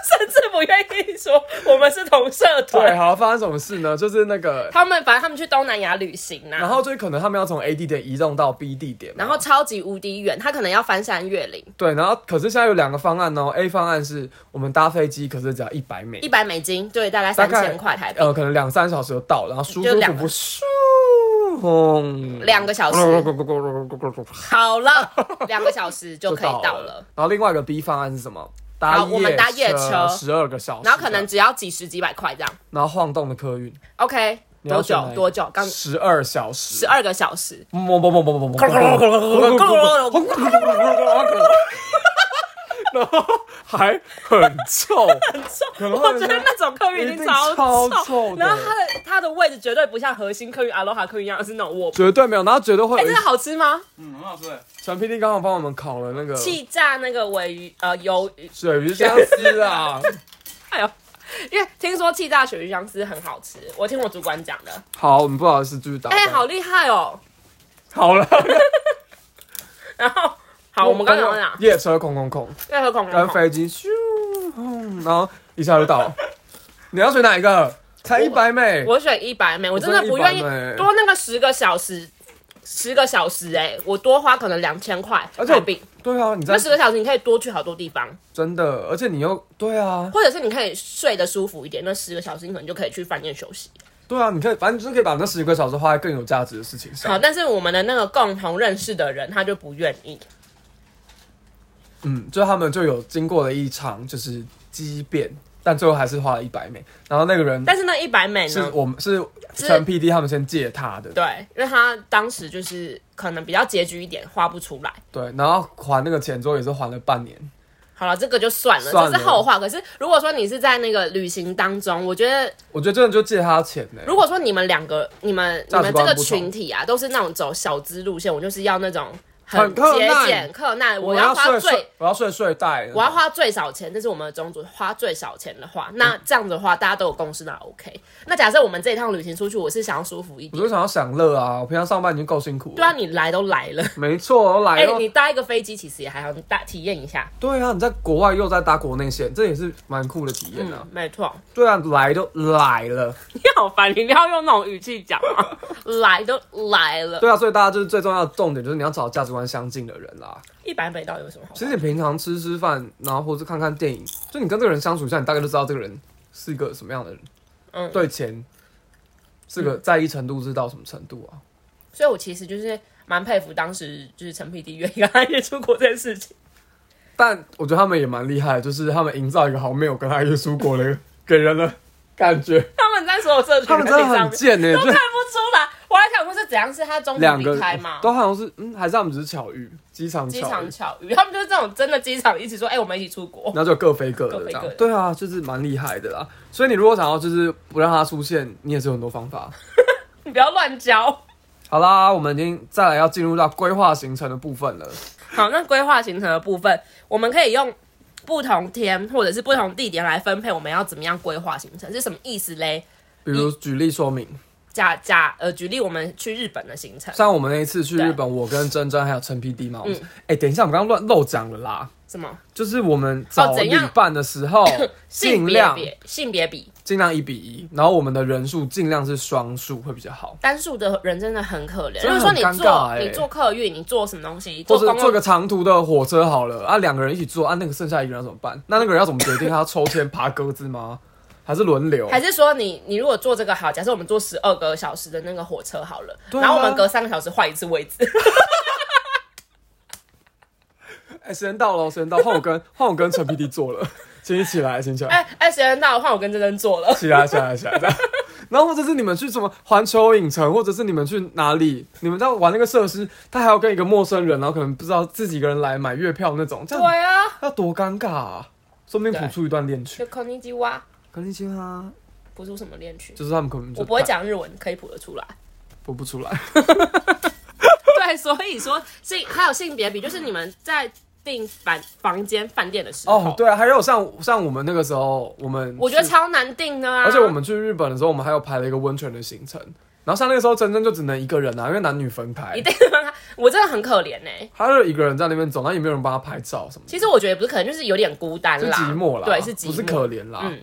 Speaker 2: 甚至不愿意说我们是同社
Speaker 1: 对，
Speaker 2: 团。
Speaker 1: 好，发生什么事呢？就是那个，
Speaker 2: 他们反正他们去东南亚旅行
Speaker 1: 然
Speaker 2: 啊，
Speaker 1: 后就是可能他们要从 A 地点移动到 B 地点嘛，
Speaker 2: 然后超级无敌远，他可能要翻山越岭，
Speaker 1: 对，然后可是现在有两个方案哦。A 方案是我们搭飞机，可是只要一百美
Speaker 2: 一，百美金，对，大概
Speaker 1: 大
Speaker 2: 三
Speaker 1: 概
Speaker 2: 千块台币，
Speaker 1: 呃，可能两三小时就到了，然后舒
Speaker 2: 就
Speaker 1: 舒
Speaker 2: 两
Speaker 1: 服
Speaker 2: 个
Speaker 1: 服舒，轰
Speaker 2: 两个小时 好了，两个小时就
Speaker 1: 就
Speaker 2: 可以
Speaker 1: 到
Speaker 2: 到了。。
Speaker 1: 然后另外一个 B 方案是什么？
Speaker 2: 好
Speaker 1: 搭
Speaker 2: 我们搭夜车
Speaker 1: 十二个小时的，
Speaker 2: 然后可能只要几十几百块这样。
Speaker 1: 然后晃动的客运
Speaker 2: OK，
Speaker 1: 你要
Speaker 2: 多
Speaker 1: 选哪一
Speaker 2: 久？
Speaker 1: 个
Speaker 2: 多久？刚
Speaker 1: 十二小时，
Speaker 2: 十二个小时。
Speaker 1: 嘣嘣嘣嘣嘣嘣
Speaker 2: 咕噜咕噜咕噜咕噜咕噜咕噜咕噜咕噜
Speaker 1: 然后还很臭，很臭
Speaker 2: 我觉得那种客运已经超
Speaker 1: 一定超臭的
Speaker 2: 然后它的它的位置绝对不像核心客运、阿罗哈客运一样，而是那 种卧铺。
Speaker 1: 绝对没有，然后绝对会
Speaker 2: 哎，
Speaker 1: 有
Speaker 2: 这
Speaker 1: 一
Speaker 2: 个好吃吗？
Speaker 3: 嗯，很好吃。
Speaker 1: 陈 PD 刚好帮我们烤了那个
Speaker 2: 气炸那个尾鱼呃鱿鱼，
Speaker 1: 水鱼香丝 啊，
Speaker 2: 哎呦，因为听说气炸鳕鱼香丝很好吃，我听我主管讲的。
Speaker 1: 好，我们不好意思继续打断。
Speaker 2: 哎，好厉害哦！
Speaker 1: 好 了，
Speaker 2: 然后好，我们刚刚讲到哪？
Speaker 1: 夜车空空空，
Speaker 2: 要喝恐龙
Speaker 1: 跟
Speaker 2: 口。
Speaker 1: 飞机咻，然后一下就到 了。你要选哪一个？才一百美，
Speaker 2: 我选一百美，我真的不愿意
Speaker 1: 我真的100美
Speaker 2: 多那个十个小时，十个小时哎、我多花可能两千块
Speaker 1: 而且我
Speaker 2: 台币。
Speaker 1: 对啊，你在
Speaker 2: 那十个小时你可以多去好多地方，
Speaker 1: 真的，而且你又对啊，
Speaker 2: 或者是你可以睡得舒服一点。那十个小时你可能就可以去饭店休息。
Speaker 1: 对啊，你可以，反正就是可以把那十个小时花在更有价值的事情
Speaker 2: 好，
Speaker 1: 上。
Speaker 2: 但是我们的那个共同认识的人他就不愿意。
Speaker 1: 嗯，就他们就有经过了一场就是激变，但最后还是花了一百美。然后那个人
Speaker 2: 但是那一百美
Speaker 1: 是
Speaker 2: 呢？
Speaker 1: 我们是
Speaker 2: 是
Speaker 1: 陈 PD 他们先借他的，
Speaker 2: 对，因为他当时就是可能比较拮据一点，花不出来。
Speaker 1: 对，然后还那个钱之后也是还了半年。
Speaker 2: 好了，这个就算了，
Speaker 1: 算
Speaker 2: 这
Speaker 1: 了
Speaker 2: 是后话。可是如果说你是在那个旅行当中，我觉得
Speaker 1: 我觉得真的就借他钱呢、
Speaker 2: 如果说你们两个、你们、你
Speaker 1: 价值观
Speaker 2: 们这个
Speaker 1: 不同
Speaker 2: 群体啊，都是那种走小资路线，我就是要那种
Speaker 1: 很克
Speaker 2: 节
Speaker 1: 难
Speaker 2: 俭、克难，我
Speaker 1: 我
Speaker 2: 要
Speaker 1: 要
Speaker 2: 花
Speaker 1: 睡
Speaker 2: 最
Speaker 1: 睡，我要睡睡袋，
Speaker 2: 我要花最少钱，这是我们的宗旨，花最少钱的话，那这样子的话，大家都有共识，那 OK。那假设我们这一趟旅行出去，我是想要舒服一
Speaker 1: 我
Speaker 2: 点，
Speaker 1: 就想要享乐啊！我平常上班已经够辛苦了。
Speaker 2: 对啊，你来都来了，
Speaker 1: 没错，我来
Speaker 2: 哎、
Speaker 1: 了。
Speaker 2: 你搭一个飞机其实也还好，你搭体验一下，
Speaker 1: 对啊，你在国外又在搭国内线，这也是蛮酷的体验啊。
Speaker 2: 嗯，没错。
Speaker 1: 对啊，来都来了。
Speaker 2: 你好烦，你一定要用那种语气讲啊吗？ 来都来了，
Speaker 1: 对啊，所以大家就是最重要的重点就是你要找价值观相近的人啦。
Speaker 2: 一百美到底有什么好？
Speaker 1: 其实你平常吃吃饭，然后或是看看电影，就你跟这个人相处一下，你大概就知道这个人是一个什么样的人。
Speaker 2: 嗯
Speaker 1: 对钱这个在意程度是到什么程度啊？
Speaker 2: 所以我其实就是蛮佩服当时就是陈 PD 愿意跟他一起出国这件事情。
Speaker 1: 但我觉得他们也蛮厉害的，就是他们营造一个好像没有跟他约出国的给人的感觉。
Speaker 2: 他们在所有社群
Speaker 1: 他们
Speaker 2: 媒体
Speaker 1: 真的
Speaker 2: 上
Speaker 1: 很
Speaker 2: 面
Speaker 1: 贱呢、欸
Speaker 2: 欸都看
Speaker 1: 就
Speaker 2: 不出来，我还想说是怎样？是他终
Speaker 1: 两
Speaker 2: 于
Speaker 1: 个
Speaker 2: 离开吗？
Speaker 1: 都好像是，嗯，还是他们只是巧遇，机场
Speaker 2: 机
Speaker 1: 巧遇
Speaker 2: 场，巧遇，他们就是这种真的机场一起说，哎、我们一起出国
Speaker 1: 然。后就各飞各
Speaker 2: 各
Speaker 1: 的
Speaker 2: 飞
Speaker 1: 这样
Speaker 2: 各的。
Speaker 1: 对啊，就是蛮厉害的啦。所以你如果想要就是不让他出现，你也是有很多方法。
Speaker 2: 你不要乱教。
Speaker 1: 好啦，我们已经再来要进入到规划行程的部分了。
Speaker 2: 好，那规划行程的部分，我们可以用不同天或者是不同地点来分配我们要怎么样规划行程，是什么意思嘞？
Speaker 1: 比如举例说明，
Speaker 2: 假假呃，举例我们去日本的行程，
Speaker 1: 像我们那一次去
Speaker 2: 对嗯
Speaker 1: 日本，我跟珍珍还有陈 PD 嘛，我们哎、等一下，我们刚刚乱漏讲了啦。
Speaker 2: 什么
Speaker 1: 就是我们找
Speaker 2: 哦怎
Speaker 1: 旅
Speaker 2: 样
Speaker 1: 伴的时候，
Speaker 2: 哦
Speaker 1: 尽
Speaker 2: 别
Speaker 1: 量
Speaker 2: 比性别比，
Speaker 1: 尽量一比一，然后我们的人数尽量是双数会比较好，
Speaker 2: 单数的人真的很可怜。
Speaker 1: 真
Speaker 2: 就
Speaker 1: 的
Speaker 2: 是说
Speaker 1: 很
Speaker 2: 你
Speaker 1: 尴
Speaker 2: 坐、
Speaker 1: 尬欸
Speaker 2: 你坐客运，你坐什么东西，
Speaker 1: 或
Speaker 2: 坐
Speaker 1: 者
Speaker 2: 公
Speaker 1: 坐个
Speaker 2: 共
Speaker 1: 长途的火车好了啊，两个人一起坐啊，那个剩下一个人要怎么 办？那那个人要怎么决定？他要抽签爬格子吗？还是轮流？
Speaker 2: 还是说你你如果坐这个好，假设我们坐十二个小时的那个火车好了，
Speaker 1: 对啊
Speaker 2: 然后我们隔三个小时换一次位置，
Speaker 1: 哎、时间到了，时间到，换我跟换我跟陈 PD 坐了， 请你起来，请起来，
Speaker 2: 哎哎，时间到了，换我跟珍珍坐了。
Speaker 1: 起来，起来，起来。这样 然后或者是你们去什么环球影城，或者是你们去哪里，你们在玩那个设施，他还要跟一个陌生人，然后可能不知道自己一个人来买月票那种，这
Speaker 2: 对
Speaker 1: 样
Speaker 2: 啊，
Speaker 1: 要多尴尬啊！说不定谱
Speaker 2: 对
Speaker 1: 出一段恋曲
Speaker 2: 就。空尼基哇，
Speaker 1: 可能性啊，
Speaker 2: 不出什么恋曲。
Speaker 1: 就是他们可能就
Speaker 2: 我不会
Speaker 1: 太，
Speaker 2: 讲日文，可以谱 得出来。
Speaker 1: 播不 出来。
Speaker 2: 对，所以说性还有性别比，就是你们在订房房间饭店的时候，
Speaker 1: 哦，，对啊，还有像像我们那个时候，我们
Speaker 2: 我觉得
Speaker 1: 去，
Speaker 2: 超难订的啊。
Speaker 1: 而且我们去日本的时候，我们还有排了一个温泉的行程。然后像那个时候，真真就只能一个人啊，因为男女分开
Speaker 2: 一，定，我真的很可怜呢、欸
Speaker 1: 他就一个人在那边走，那也没有人帮他拍照什么的，
Speaker 2: 其实我觉得也不是可怜，就是有点孤单
Speaker 1: 就
Speaker 2: 啦，
Speaker 1: 寂寞啦，
Speaker 2: 对，是寂寞，
Speaker 1: 不是可怜啦。
Speaker 2: 嗯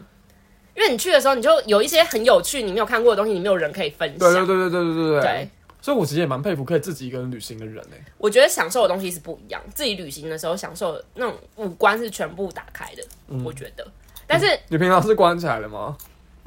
Speaker 2: 因为你去的时候，你就有一些很有趣、你没有看过的东西，你没有人可以分享。
Speaker 1: 对对对对对对对
Speaker 2: 对
Speaker 1: 所以我其实也蛮佩服可以自己一个人旅行的人诶、
Speaker 2: 我觉得享受的东西是不一样。自己旅行的时候，享受的那种五官是全部打开的，
Speaker 1: 嗯
Speaker 2: 我觉得。但是
Speaker 1: 你平常是关起来的吗？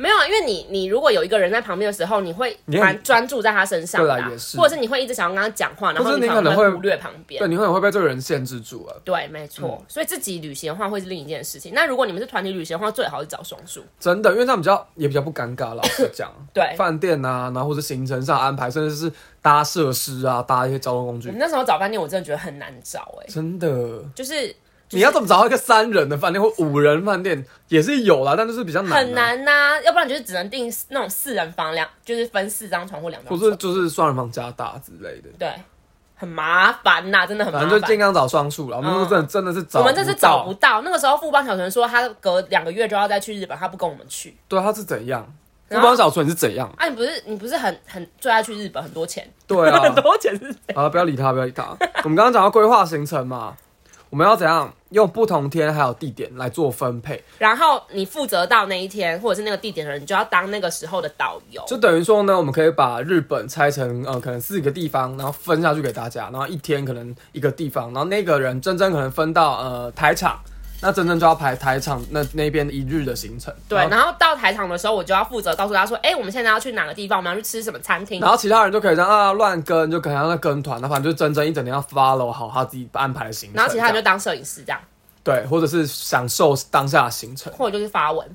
Speaker 2: 没有，啊，因为你你如果有一个人在旁边的时候，你会
Speaker 1: 你很
Speaker 2: 蛮专注在他身上的、
Speaker 1: 对
Speaker 2: 啊
Speaker 1: 啦也，是
Speaker 2: 或者是你会一直想要跟他讲话，然
Speaker 1: 或
Speaker 2: 后
Speaker 1: 者你可能
Speaker 2: 会
Speaker 1: 会
Speaker 2: 忽略旁边
Speaker 1: 对，。你会会被这个人限制住啊，
Speaker 2: 对，没错。所以自己旅行的话会是另一件事情。那如果你们是团体旅行的话，最好是找双数。
Speaker 1: 真的，因为这样比较也比较不尴尬，老实讲。
Speaker 2: 对，
Speaker 1: 饭店啊，然后或者行程上安排，甚至是搭设施啊，搭一些交通工
Speaker 2: 我
Speaker 1: 具
Speaker 2: 们，那时候找饭店，我真的觉得很难找、哎，
Speaker 1: 真的。
Speaker 2: 就是
Speaker 1: 你要怎么找到一个三人的饭店或五人饭店也是有啦，但就是比较难、啊
Speaker 2: 很。难呐、要不然就是只能订那种四人房，两就是分四张床或两
Speaker 1: 或
Speaker 2: 张
Speaker 1: 是
Speaker 2: 床，
Speaker 1: 就是双人房加大之类的，
Speaker 2: 对，很麻烦呐、真的很麻
Speaker 1: 反正就尽
Speaker 2: 烦。嗯
Speaker 1: 量找双数啦。我们那时候真的真的是找，
Speaker 2: 我们这次找不，到，那个时候富邦小纯说他隔两个月就要再去日本，他不跟我们去。
Speaker 1: 对，他是怎样？不
Speaker 2: 然后
Speaker 1: 帮小纯是怎 样？
Speaker 2: 啊，你不是你不是很很最爱去日本，很多钱，
Speaker 1: 对啊，
Speaker 2: 很多钱是谁？
Speaker 1: 好了，不要理他，不要理他。 我们刚刚讲到规划行程嘛，我们要怎样用不同天还有地点来做分配，
Speaker 2: 然后你负责到那一天或者是那个地点的人，你就要当那个时候的导游。
Speaker 1: 就等于说呢，我们可以把日本拆成呃可能四个地方，然后分下去给大家，然后一天可能一个地方，然后那个人真正可能分到呃台场，那真正就要排台场那那边一日的行程。
Speaker 2: 对，
Speaker 1: 然后
Speaker 2: 然后到台场的时候，我就要负责告诉他说，哎、我们现在要去哪个地方，我们要去吃什么餐厅
Speaker 1: 然。后其他人就可以这样啊乱跟，就可能让他跟团，那反正就真正一整天要 follow 好他自己安排的行程。
Speaker 2: 然后其他人就
Speaker 1: 就
Speaker 2: 当摄影师这样，
Speaker 1: 对，或者是享受当下的行程。
Speaker 2: 或者就是发文，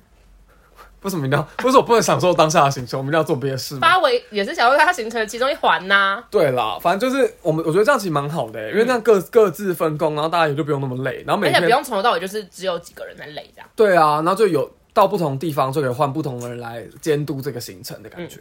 Speaker 1: 为什么一定要？ 为什么不能享受当下的行程？我们一定要做别的事吗？
Speaker 2: 发文也是小说他行程的其中一环呐、
Speaker 1: 对啦，反正就是我们，我觉得这样其实蛮好的、欸因为这样各各自分工，然后大家也就不用那么累，然后每
Speaker 2: 而且
Speaker 1: 天
Speaker 2: 不用从头到尾就是只有几个人在累这样。
Speaker 1: 对啊，然后就有到不同地方就可以换不同的人来监督这个行程的
Speaker 2: 嗯
Speaker 1: 感觉。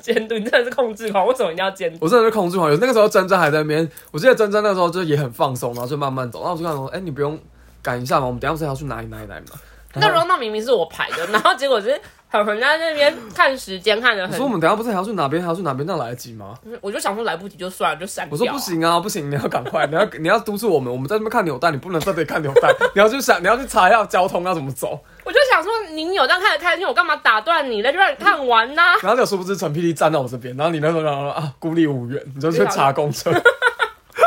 Speaker 2: 监督，你真的是控制狂，为什么一定要监督？
Speaker 1: 我真的是控制狂，有那个时候珍珍还在那边，我记得珍珍那时候就也很放松，然后就慢慢走，然后我就看说，哎、你不用赶一下吗？我们等一下不是还要去哪里哪里哪里吗？
Speaker 2: 那
Speaker 1: 然
Speaker 2: 如
Speaker 1: 后
Speaker 2: 果那明明是我排的，然后结果是很很在那边看时间看的
Speaker 1: 我
Speaker 2: 很
Speaker 1: 说我，们等一下不是还要去哪边还要去哪边，那来得及吗？
Speaker 2: 我就想说来不及就算了，就删
Speaker 1: 我说
Speaker 2: 掉、
Speaker 1: 不，行啊，不行，你要赶快，你要你要督促我们，我们在那边看纽带，你不能在这里看纽带， 你要去想，你要去查一下交通要怎么走。
Speaker 2: 我就想说你有这样看得开心，我干嘛打断你呢？就让你看完 呐、
Speaker 1: 然后就殊不知陈 PD 站到我这边，然后你那时候想说啊，孤立无援，你就去查公车，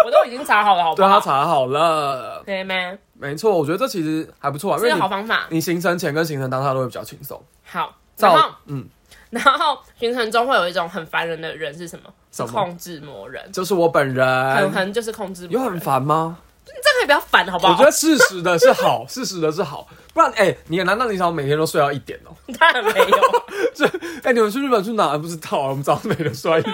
Speaker 2: 我都已经查好了，好不
Speaker 1: 对啊
Speaker 2: 好？
Speaker 1: 他查好了，
Speaker 2: 对没？
Speaker 1: 没错，我觉得这其实还不错啊，因
Speaker 2: 这
Speaker 1: 为
Speaker 2: 个好
Speaker 1: 你
Speaker 2: 方法。
Speaker 1: 你行程前跟行程当下都会比较轻松。
Speaker 2: 好，然后
Speaker 1: 照嗯，
Speaker 2: 然后行程中会有一种很烦人的人是什么？
Speaker 1: 什么
Speaker 2: 是控制魔人，
Speaker 1: 就是我本
Speaker 2: 很
Speaker 1: 人
Speaker 2: 很就是控制
Speaker 1: 有
Speaker 2: 魔
Speaker 1: 很
Speaker 2: 人。
Speaker 1: 烦吗？
Speaker 2: 这可以不要烦好不
Speaker 1: 我
Speaker 2: 好？
Speaker 1: 觉得适时的是好，适时的是好，不然哎、你难道你想每天都睡到一点哦、
Speaker 2: 当然没有。
Speaker 1: 哎、你们去日本去哪不知道啊？我们早上每天睡到一点，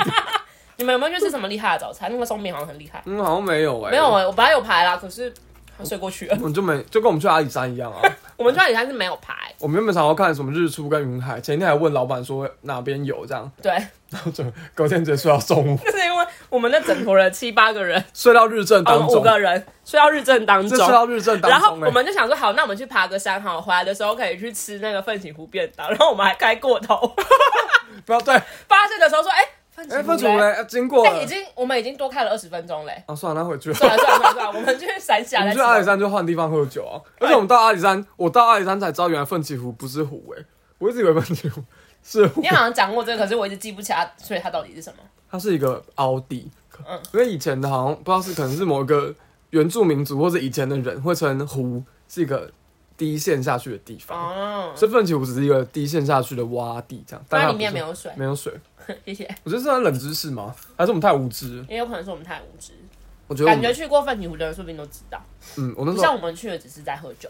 Speaker 2: 你们有没有去吃什么厉害的早餐？那个松饼好像很厉害。
Speaker 1: 嗯，好像没有哎、
Speaker 2: 没有，哎、我本来有排啦，可是他睡过去了
Speaker 1: 我。们就没就跟我们去阿里山一样啊。
Speaker 2: 我们去那里山是没有排，
Speaker 1: 我们原本想要看什么日出跟云海，前一天还问老板说哪边有这样，
Speaker 2: 对，
Speaker 1: 然后就隔天直接睡到中午，
Speaker 2: 就是因为我们那整坨人七八个人，
Speaker 1: 睡到日正
Speaker 2: 哦我
Speaker 1: 当
Speaker 2: 们
Speaker 1: 中，
Speaker 2: 五个人睡到日正当
Speaker 1: 这
Speaker 2: 中
Speaker 1: 睡。到日正当中、欸。
Speaker 2: 然后我们就想说，好，那我们去爬个山好了，回来的时候可以去吃那个奋起湖便当。然后我们还开过头，
Speaker 1: 不要对，
Speaker 2: 发现的时候说，哎、奋起
Speaker 1: 哎，
Speaker 2: 湖
Speaker 1: 分组嘞，
Speaker 2: 嘞，
Speaker 1: 哎经过
Speaker 2: 哎、
Speaker 1: 了
Speaker 2: 已经我们已经多开了二十分钟嘞。
Speaker 1: 啊，算了，那回去了。
Speaker 2: 算了算了算了算了，我们去山下
Speaker 1: 我
Speaker 2: 再
Speaker 1: 们
Speaker 2: 吃
Speaker 1: 去阿里山就换地方喝酒啊，而且我们到阿里山，我到阿里山才知道原来奋起湖不是湖诶、我一直以为奋起湖是湖
Speaker 2: 你，好像讲过这个，可是我一直记不起它，所以它到底是什么？
Speaker 1: 它是一个凹地，
Speaker 2: 嗯
Speaker 1: 因为以前的好像不知道是可能是某一个原住民族或者以前的人会称湖是一个低陷下去的地方，
Speaker 2: 哦，
Speaker 1: 所以奋起湖只是一个低陷下去的洼地这样，但
Speaker 2: 那
Speaker 1: 它
Speaker 2: 里面
Speaker 1: 不
Speaker 2: 没
Speaker 1: 是
Speaker 2: 有水，
Speaker 1: 没有水，
Speaker 2: 谢谢。
Speaker 1: 我觉得这算冷知识吗？还是我们太无知了？
Speaker 2: 也有可能是我们太无知，
Speaker 1: 我觉得我
Speaker 2: 感觉
Speaker 1: 们
Speaker 2: 去过奋起湖的人说不定都知道，
Speaker 1: 嗯，我那时
Speaker 2: 不
Speaker 1: 候
Speaker 2: 像我们去的只是在喝酒。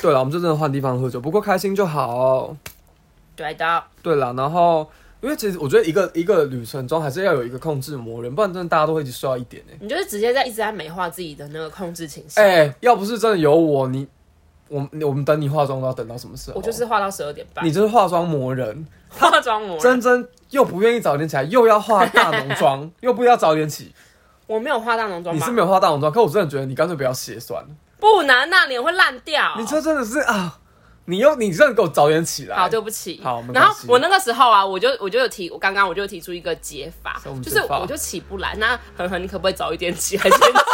Speaker 1: 对了，我们就真的换地方喝酒，不过开心就好。
Speaker 2: 对的，
Speaker 1: 对啦，然后因为其实我觉得一个一个旅程中还是要有一个控制魔人，不然真的大家都会一直睡到一点哎、
Speaker 2: 你就是直接在一直在美化自己的那个控制情绪。
Speaker 1: 欸。哎、要不是真的有我，你我们我们等你化妆都要等到什么时候？
Speaker 2: 我就是画到十二点半
Speaker 1: 你，就是化妆魔人，
Speaker 2: 化妆魔人，
Speaker 1: 真真又不愿意早点起来，又要化大浓妆，又不要早点起。
Speaker 2: 我没有化大浓妆
Speaker 1: 你
Speaker 2: 吧
Speaker 1: 是？没有化大浓妆，可我真的觉得你干脆不要卸算了。
Speaker 2: 不难呐、脸会烂掉。
Speaker 1: 你这真的是啊，你又你真的给我早点起来。
Speaker 2: 好，对不起。
Speaker 1: 好没关系
Speaker 2: 然后我那个时候啊，我就我就有提，我刚刚我就有提出一个解法
Speaker 1: 什么，
Speaker 2: 就
Speaker 1: 解
Speaker 2: 是
Speaker 1: 法
Speaker 2: 我就起不来。那恒恒，你可不可以早一点起来先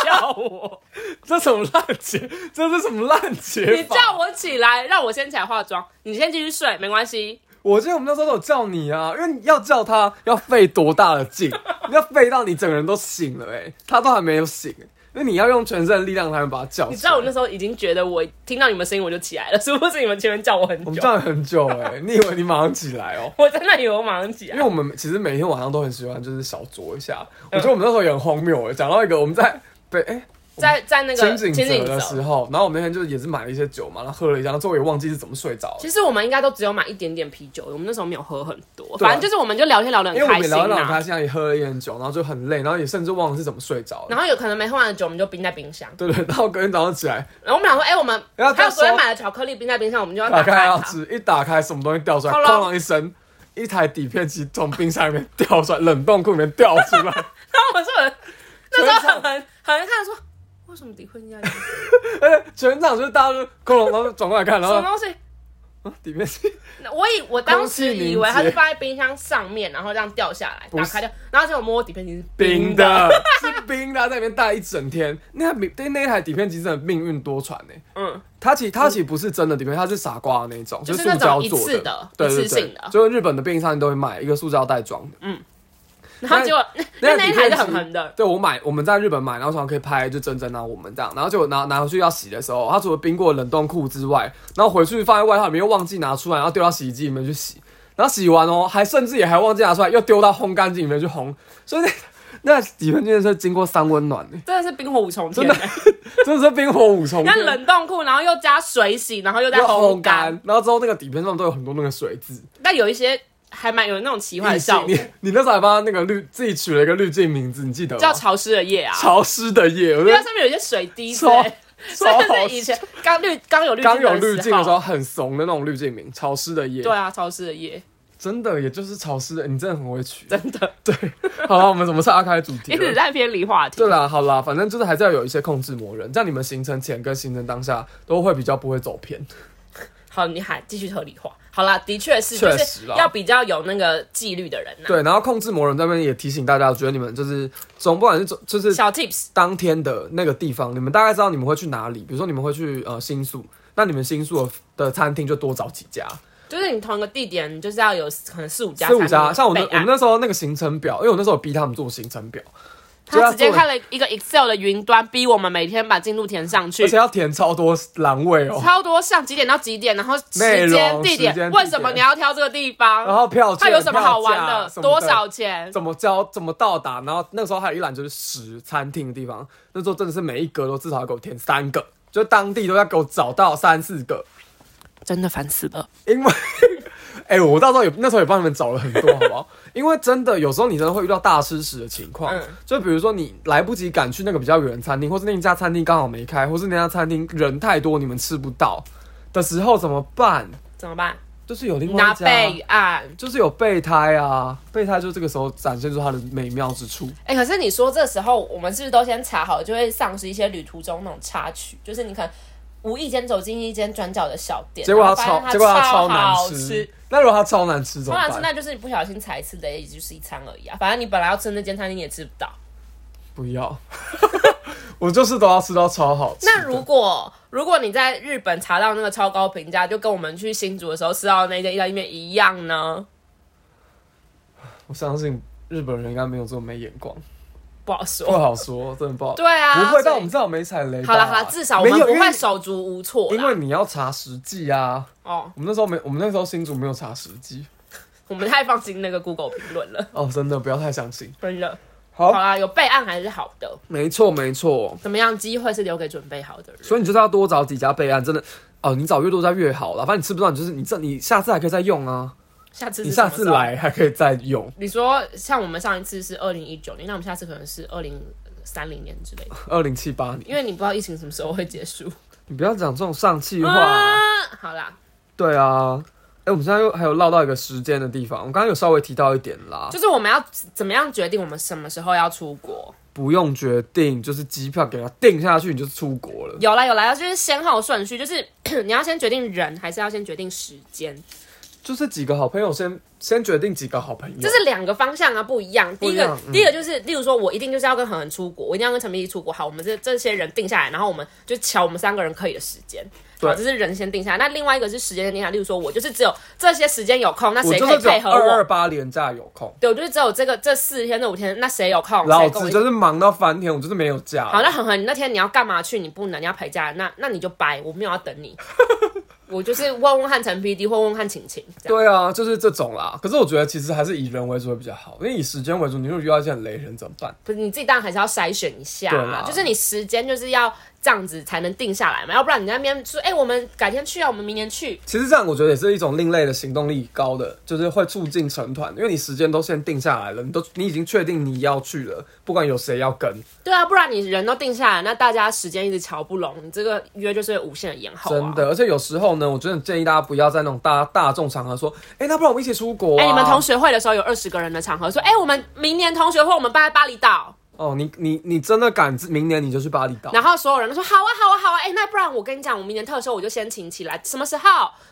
Speaker 2: 叫我？
Speaker 1: 这什么烂解？这是什么烂 解
Speaker 2: 你
Speaker 1: 法？
Speaker 2: 叫我起来，让我先起来化妆，你先继续睡，没关系。
Speaker 1: 我记得我们那时候都有叫你啊，因为你要叫他要费多大的劲， 你要费到你整个人都醒了哎、他都还没有醒、欸，因为你要用全身的力量才能把他叫
Speaker 2: 你知
Speaker 1: 醒。
Speaker 2: 道我那时候已经觉得我听到你们声音我就起来了， 是不是你们前面叫我很
Speaker 1: 我们
Speaker 2: 久？
Speaker 1: 叫了很久哎、 你以为你马上起来哦、
Speaker 2: 我真的以为我马上起
Speaker 1: 因
Speaker 2: 来
Speaker 1: 为。我们其实每天晚上都很喜欢就是小酌一下，
Speaker 2: 嗯
Speaker 1: 我觉得我们那时候也很荒谬哎、讲到一个我们在北哎。
Speaker 2: 在在那
Speaker 1: 清
Speaker 2: 个
Speaker 1: 景
Speaker 2: 清
Speaker 1: 泽
Speaker 2: 景
Speaker 1: 的时候，然后我们那天就是也是买了一些酒嘛，然后喝了一下，然后我也忘记是怎么睡着
Speaker 2: 其
Speaker 1: 了，
Speaker 2: 实我们应该都只有买一点点啤酒，我们那时候没有喝很多，
Speaker 1: 对啊
Speaker 2: 反正就是我们就聊天聊得
Speaker 1: 因为
Speaker 2: 很
Speaker 1: 我们
Speaker 2: 开
Speaker 1: 也
Speaker 2: 心
Speaker 1: 聊得很
Speaker 2: 啦
Speaker 1: 开。心啊，也喝了一点酒，然后就很累，然后也甚至忘了是怎么睡着了。
Speaker 2: 然后有可能没喝完的酒，我们就冰在冰箱。
Speaker 1: 对对，然后隔天早上起来，
Speaker 2: 然后我们俩说，哎、我们
Speaker 1: 然后
Speaker 2: 还
Speaker 1: 到
Speaker 2: 有
Speaker 1: 时
Speaker 2: 昨
Speaker 1: 候
Speaker 2: 天买的巧克力冰在冰箱，我们就要
Speaker 1: 打
Speaker 2: 打
Speaker 1: 开
Speaker 2: 开
Speaker 1: 要
Speaker 2: 它。
Speaker 1: 吃，一打开什么东西掉出来，
Speaker 2: 哐
Speaker 1: 哐
Speaker 2: 啷
Speaker 1: 啷一声，一台底片机从冰箱里面掉出来，冷冻库里面掉出 来，
Speaker 2: 然后我们说很，那时候
Speaker 1: 全场
Speaker 2: 很很很看说，为什么底会 压力？
Speaker 1: 而且全场就是大家就哐啷，然后转过来看，然
Speaker 2: 什么
Speaker 1: 后
Speaker 2: 东
Speaker 1: 啊
Speaker 2: 西？
Speaker 1: 底片机
Speaker 2: 那我以我当时以为
Speaker 1: 空
Speaker 2: 它
Speaker 1: 气凝结
Speaker 2: 是放在冰箱上面，然后这样掉下来，
Speaker 1: 不
Speaker 2: 打
Speaker 1: 是
Speaker 2: 开掉，然后结果摸底片已经是
Speaker 1: 冰
Speaker 2: 的，
Speaker 1: 的，是冰的，在里面待一整天。那台对那台底片机真的命运多舛呢、
Speaker 2: 嗯，
Speaker 1: 它其它其实不是真的底片，它是傻瓜的那种，
Speaker 2: 就是是
Speaker 1: 塑胶做
Speaker 2: 那种一次的
Speaker 1: 对对
Speaker 2: 一次
Speaker 1: 对
Speaker 2: 性的
Speaker 1: 就是日本的便利商店都会卖一个塑胶袋装的。
Speaker 2: 然后结果那
Speaker 1: 那
Speaker 2: 那一台是很横的，
Speaker 1: 对我买，我们在日本买，然后想可以拍就真真啊，我们这样，然后就拿拿回去要洗的时候，它除了冰过冷冻库之外，然后回去放在外套里面又忘记拿出来，然后丢到洗衣机里面去洗，然后洗完哦，还甚至也还忘记拿出来，又丢到烘干机里面去烘，所以那 那底片真的是经过三温暖的，
Speaker 2: 真的是冰火五重天、欸。
Speaker 1: 真的是冰火五重
Speaker 2: 你看
Speaker 1: 天。
Speaker 2: 冷冻库，然后又加水洗，然后又再
Speaker 1: 又
Speaker 2: 烘
Speaker 1: 烘
Speaker 2: 干
Speaker 1: 干，， 然后之后那个底片上都有很多那个水 渍，
Speaker 2: 但有一些还蛮有那种奇幻的
Speaker 1: 你
Speaker 2: 效果
Speaker 1: 你，你那时候还帮他那个滤自己取了一个滤镜名字，你记得吗？
Speaker 2: 叫潮湿的叶啊，
Speaker 1: 潮湿的夜，我
Speaker 2: 因
Speaker 1: 觉
Speaker 2: 为
Speaker 1: 得
Speaker 2: 它上面有一些水滴之
Speaker 1: 超
Speaker 2: 类。
Speaker 1: 超
Speaker 2: 真
Speaker 1: 好
Speaker 2: 的是以前刚滤刚有 滤
Speaker 1: 刚有滤镜
Speaker 2: 镜
Speaker 1: 的
Speaker 2: 的
Speaker 1: 时候
Speaker 2: 时候，
Speaker 1: 很怂的那种滤镜名，潮湿的夜。
Speaker 2: 对，啊，潮湿的叶，
Speaker 1: 真的也就是潮湿的，你真的很会取。
Speaker 2: 真的
Speaker 1: 好了，我们怎么岔开主题
Speaker 2: 一直
Speaker 1: 了？
Speaker 2: 在偏离话题
Speaker 1: 对。啦，好啦，反正就是还是要有一些控制魔人，这样你们行程前跟行程当下都会比较不会走偏。
Speaker 2: 好，你还继续合理化。好啦，的确是，
Speaker 1: 确
Speaker 2: 就
Speaker 1: 实
Speaker 2: 是
Speaker 1: 啦
Speaker 2: 要比较有那个纪律的人呐、
Speaker 1: 对，然后控制魔人这边也提醒大家，我觉得你们就是总不管是总就是
Speaker 2: 小 tips，
Speaker 1: 当天的那个地方，你们大概知道你们会去哪里，比如说你们会去呃新宿，那你们新宿的的餐厅就多找几家，
Speaker 2: 就是你同一个地点，你就是要有可能四五家
Speaker 1: 四
Speaker 2: 餐
Speaker 1: 五
Speaker 2: 厅备案，
Speaker 1: 家。像我那我们那时候那个行程表，因为我那时候有逼他们做行程表，就
Speaker 2: 他
Speaker 1: 要
Speaker 2: 直接
Speaker 1: 做
Speaker 2: 开了一个 Excel 的云端，逼我们每天把进度填上去
Speaker 1: 而且，要填超多栏位哦，
Speaker 2: 超多项几点到几点，然后
Speaker 1: 内
Speaker 2: 时
Speaker 1: 容
Speaker 2: 间、地
Speaker 1: 时间
Speaker 2: 点，
Speaker 1: 地点
Speaker 2: 为什么你要挑这个地
Speaker 1: 然
Speaker 2: 方？
Speaker 1: 后票价
Speaker 2: 它有什么好玩
Speaker 1: 票价
Speaker 2: 的？
Speaker 1: 什么
Speaker 2: 多少钱？
Speaker 1: 怎么交怎么到达？然后那时候还有一栏就是十餐厅的地方，那时候真的是每一格都至少要给我填三个，就当地都要给我找到三四个，
Speaker 2: 真的烦死了。
Speaker 1: 因为哎、我到时候也那时候也帮你们找了很多，好不好？ 因为真的有时候你真的会遇到大吃屎的情况，
Speaker 2: 嗯
Speaker 1: 就比如说你来不及赶去那个比较远的餐厅，或是那一家餐厅刚好没开，或是那家餐厅人太多你们吃不到的时候怎么办？
Speaker 2: 怎么办？
Speaker 1: 就是有另外
Speaker 2: 拿
Speaker 1: 一家，
Speaker 2: 备案。
Speaker 1: 就是有备胎啊，备胎就这个时候展现出它的美妙之处。
Speaker 2: 哎、可是你说这时候我们是不是都先查好，就会丧失一些旅途中那种插曲？就是你可能无意间走进一间转角的小店，
Speaker 1: 结果
Speaker 2: 然
Speaker 1: 它
Speaker 2: 后发现
Speaker 1: 超，结果它超
Speaker 2: 好
Speaker 1: 难吃。那如果它超难吃怎
Speaker 2: 超
Speaker 1: 么
Speaker 2: 难吃，
Speaker 1: 办？
Speaker 2: 那就是你不小心踩一次雷，也就是一餐而已啊。反正你本来要吃那间餐厅也吃不到。
Speaker 1: 不要， 我就是都要吃到超好吃的。
Speaker 2: 那如果如果你在日本查到那个超高评价，就跟我们去新竹的时候吃到的那间意大利面一样呢？
Speaker 1: 我相信日本人应该没有这么没眼光，
Speaker 2: 不好
Speaker 1: 不
Speaker 2: 说。
Speaker 1: 好说，真的不好。
Speaker 2: 对啊，
Speaker 1: 不会，
Speaker 2: 所
Speaker 1: 但
Speaker 2: 以
Speaker 1: 我们至少没踩雷吧。
Speaker 2: 好了好了，至少
Speaker 1: 啊
Speaker 2: 我
Speaker 1: 没
Speaker 2: 们
Speaker 1: 有
Speaker 2: 不
Speaker 1: 因为
Speaker 2: 会手啊足无措啦
Speaker 1: 因为你要查实际啊。
Speaker 2: 哦，
Speaker 1: 我们那时候没，我们那时候新竹没有查实际
Speaker 2: 我们太放心那个 Google 评论了，
Speaker 1: 哦，真的不要太相信。
Speaker 2: 真的。
Speaker 1: 好
Speaker 2: 好啊啦，有备案还是好的。
Speaker 1: 没错没错，
Speaker 2: 怎么样？机会是留给准备好的人。
Speaker 1: 所以你就是要多找几家备案，真的哦，你找越多家越好啦。反正你吃不到，你就是你这你下次还可以再用啊，
Speaker 2: 下次是
Speaker 1: 你下
Speaker 2: 什
Speaker 1: 次
Speaker 2: 么时候，
Speaker 1: 来还可以再用。
Speaker 2: 你说像我们上一次是二零一九年，那我们下次可能是二零三零年 之类的，
Speaker 1: 二零七八年，
Speaker 2: 因为你不知道疫情什么时候会 结束。
Speaker 1: 你不要讲这种丧气话、
Speaker 2: 啊，好啦，
Speaker 1: 对啊，哎、我们现在又还有绕到一个时间的地方，我刚刚有稍微提到一点啦，
Speaker 2: 就是我们要怎么样决定我们什么时候要出国？
Speaker 1: 不用决定，就是机票给它定下去，你就出国了。
Speaker 2: 有啦有啦，就是先后顺序，就是 你要先决定人，还是要先决定时间？
Speaker 1: 就是几个好朋友先先决定几个好朋友，
Speaker 2: 这是两个方向啊，不一样。第一
Speaker 1: 一
Speaker 2: 个
Speaker 1: 样，嗯
Speaker 2: 第一个就是，例如说，我一定就是要跟恒恒出国，我一定要跟陈明一起出国。好，我们这这些人定下来，然后我们就瞧我们三个人可以的时间。好，
Speaker 1: 对
Speaker 2: 这是人先定下来。那另外一个是时间先定下来，例如说，我就是只有这些时间有空，那
Speaker 1: 我
Speaker 2: 谁
Speaker 1: 就
Speaker 2: 可以
Speaker 1: 是只
Speaker 2: 配
Speaker 1: 有
Speaker 2: 合
Speaker 1: 二二
Speaker 2: 我？
Speaker 1: 八连假有空，
Speaker 2: 对，我就是只有这个这四天这五天，那谁有空？
Speaker 1: 老
Speaker 2: 谁跟我
Speaker 1: 子
Speaker 2: 一
Speaker 1: 就
Speaker 2: 起？
Speaker 1: 是忙到翻天，我就是没有假。
Speaker 2: 好，那恒恒，你那天你要干嘛去？你不能，你要陪家人，那那你就掰，我没有要等 你。我就是问问看陈 PD 或问问看晴晴，这样
Speaker 1: 对啊，就是这种啦。可是我觉得其实还是以人为主会比较好，因为以时间为主，你如果遇到一些很雷人怎么办？
Speaker 2: 不是你自己当然还是要筛选一下
Speaker 1: 对
Speaker 2: 啊
Speaker 1: 啦，
Speaker 2: 就是你时间就是要这样子才能定下来嘛，要不然你在那边说，哎、我们改天去啊，我们明年去，
Speaker 1: 其实这样我觉得也是一种另类的行动力高的，就是会促进成团，因为你时间都先定下来了，你都你已经确定你要去了，不管有谁要跟，
Speaker 2: 对啊，不然你人都定下来，那大家时间一直瞧不拢，你这个约就是会无限的延后、啊。
Speaker 1: 真的。而且有时候呢，我真的建议大家不要在那种大大众场合说，哎、那不然我们一起出国、啊？
Speaker 2: 哎、你们同学会的时候有二十个人的场合，说，哎、我们明年同学会我们办在巴厘岛，
Speaker 1: 哦，你你你真的敢明年你就去巴厘岛？
Speaker 2: 然后所有人都说好啊好啊好啊，哎、那不然我跟你讲，我明年特休我就先请起来，什么时候？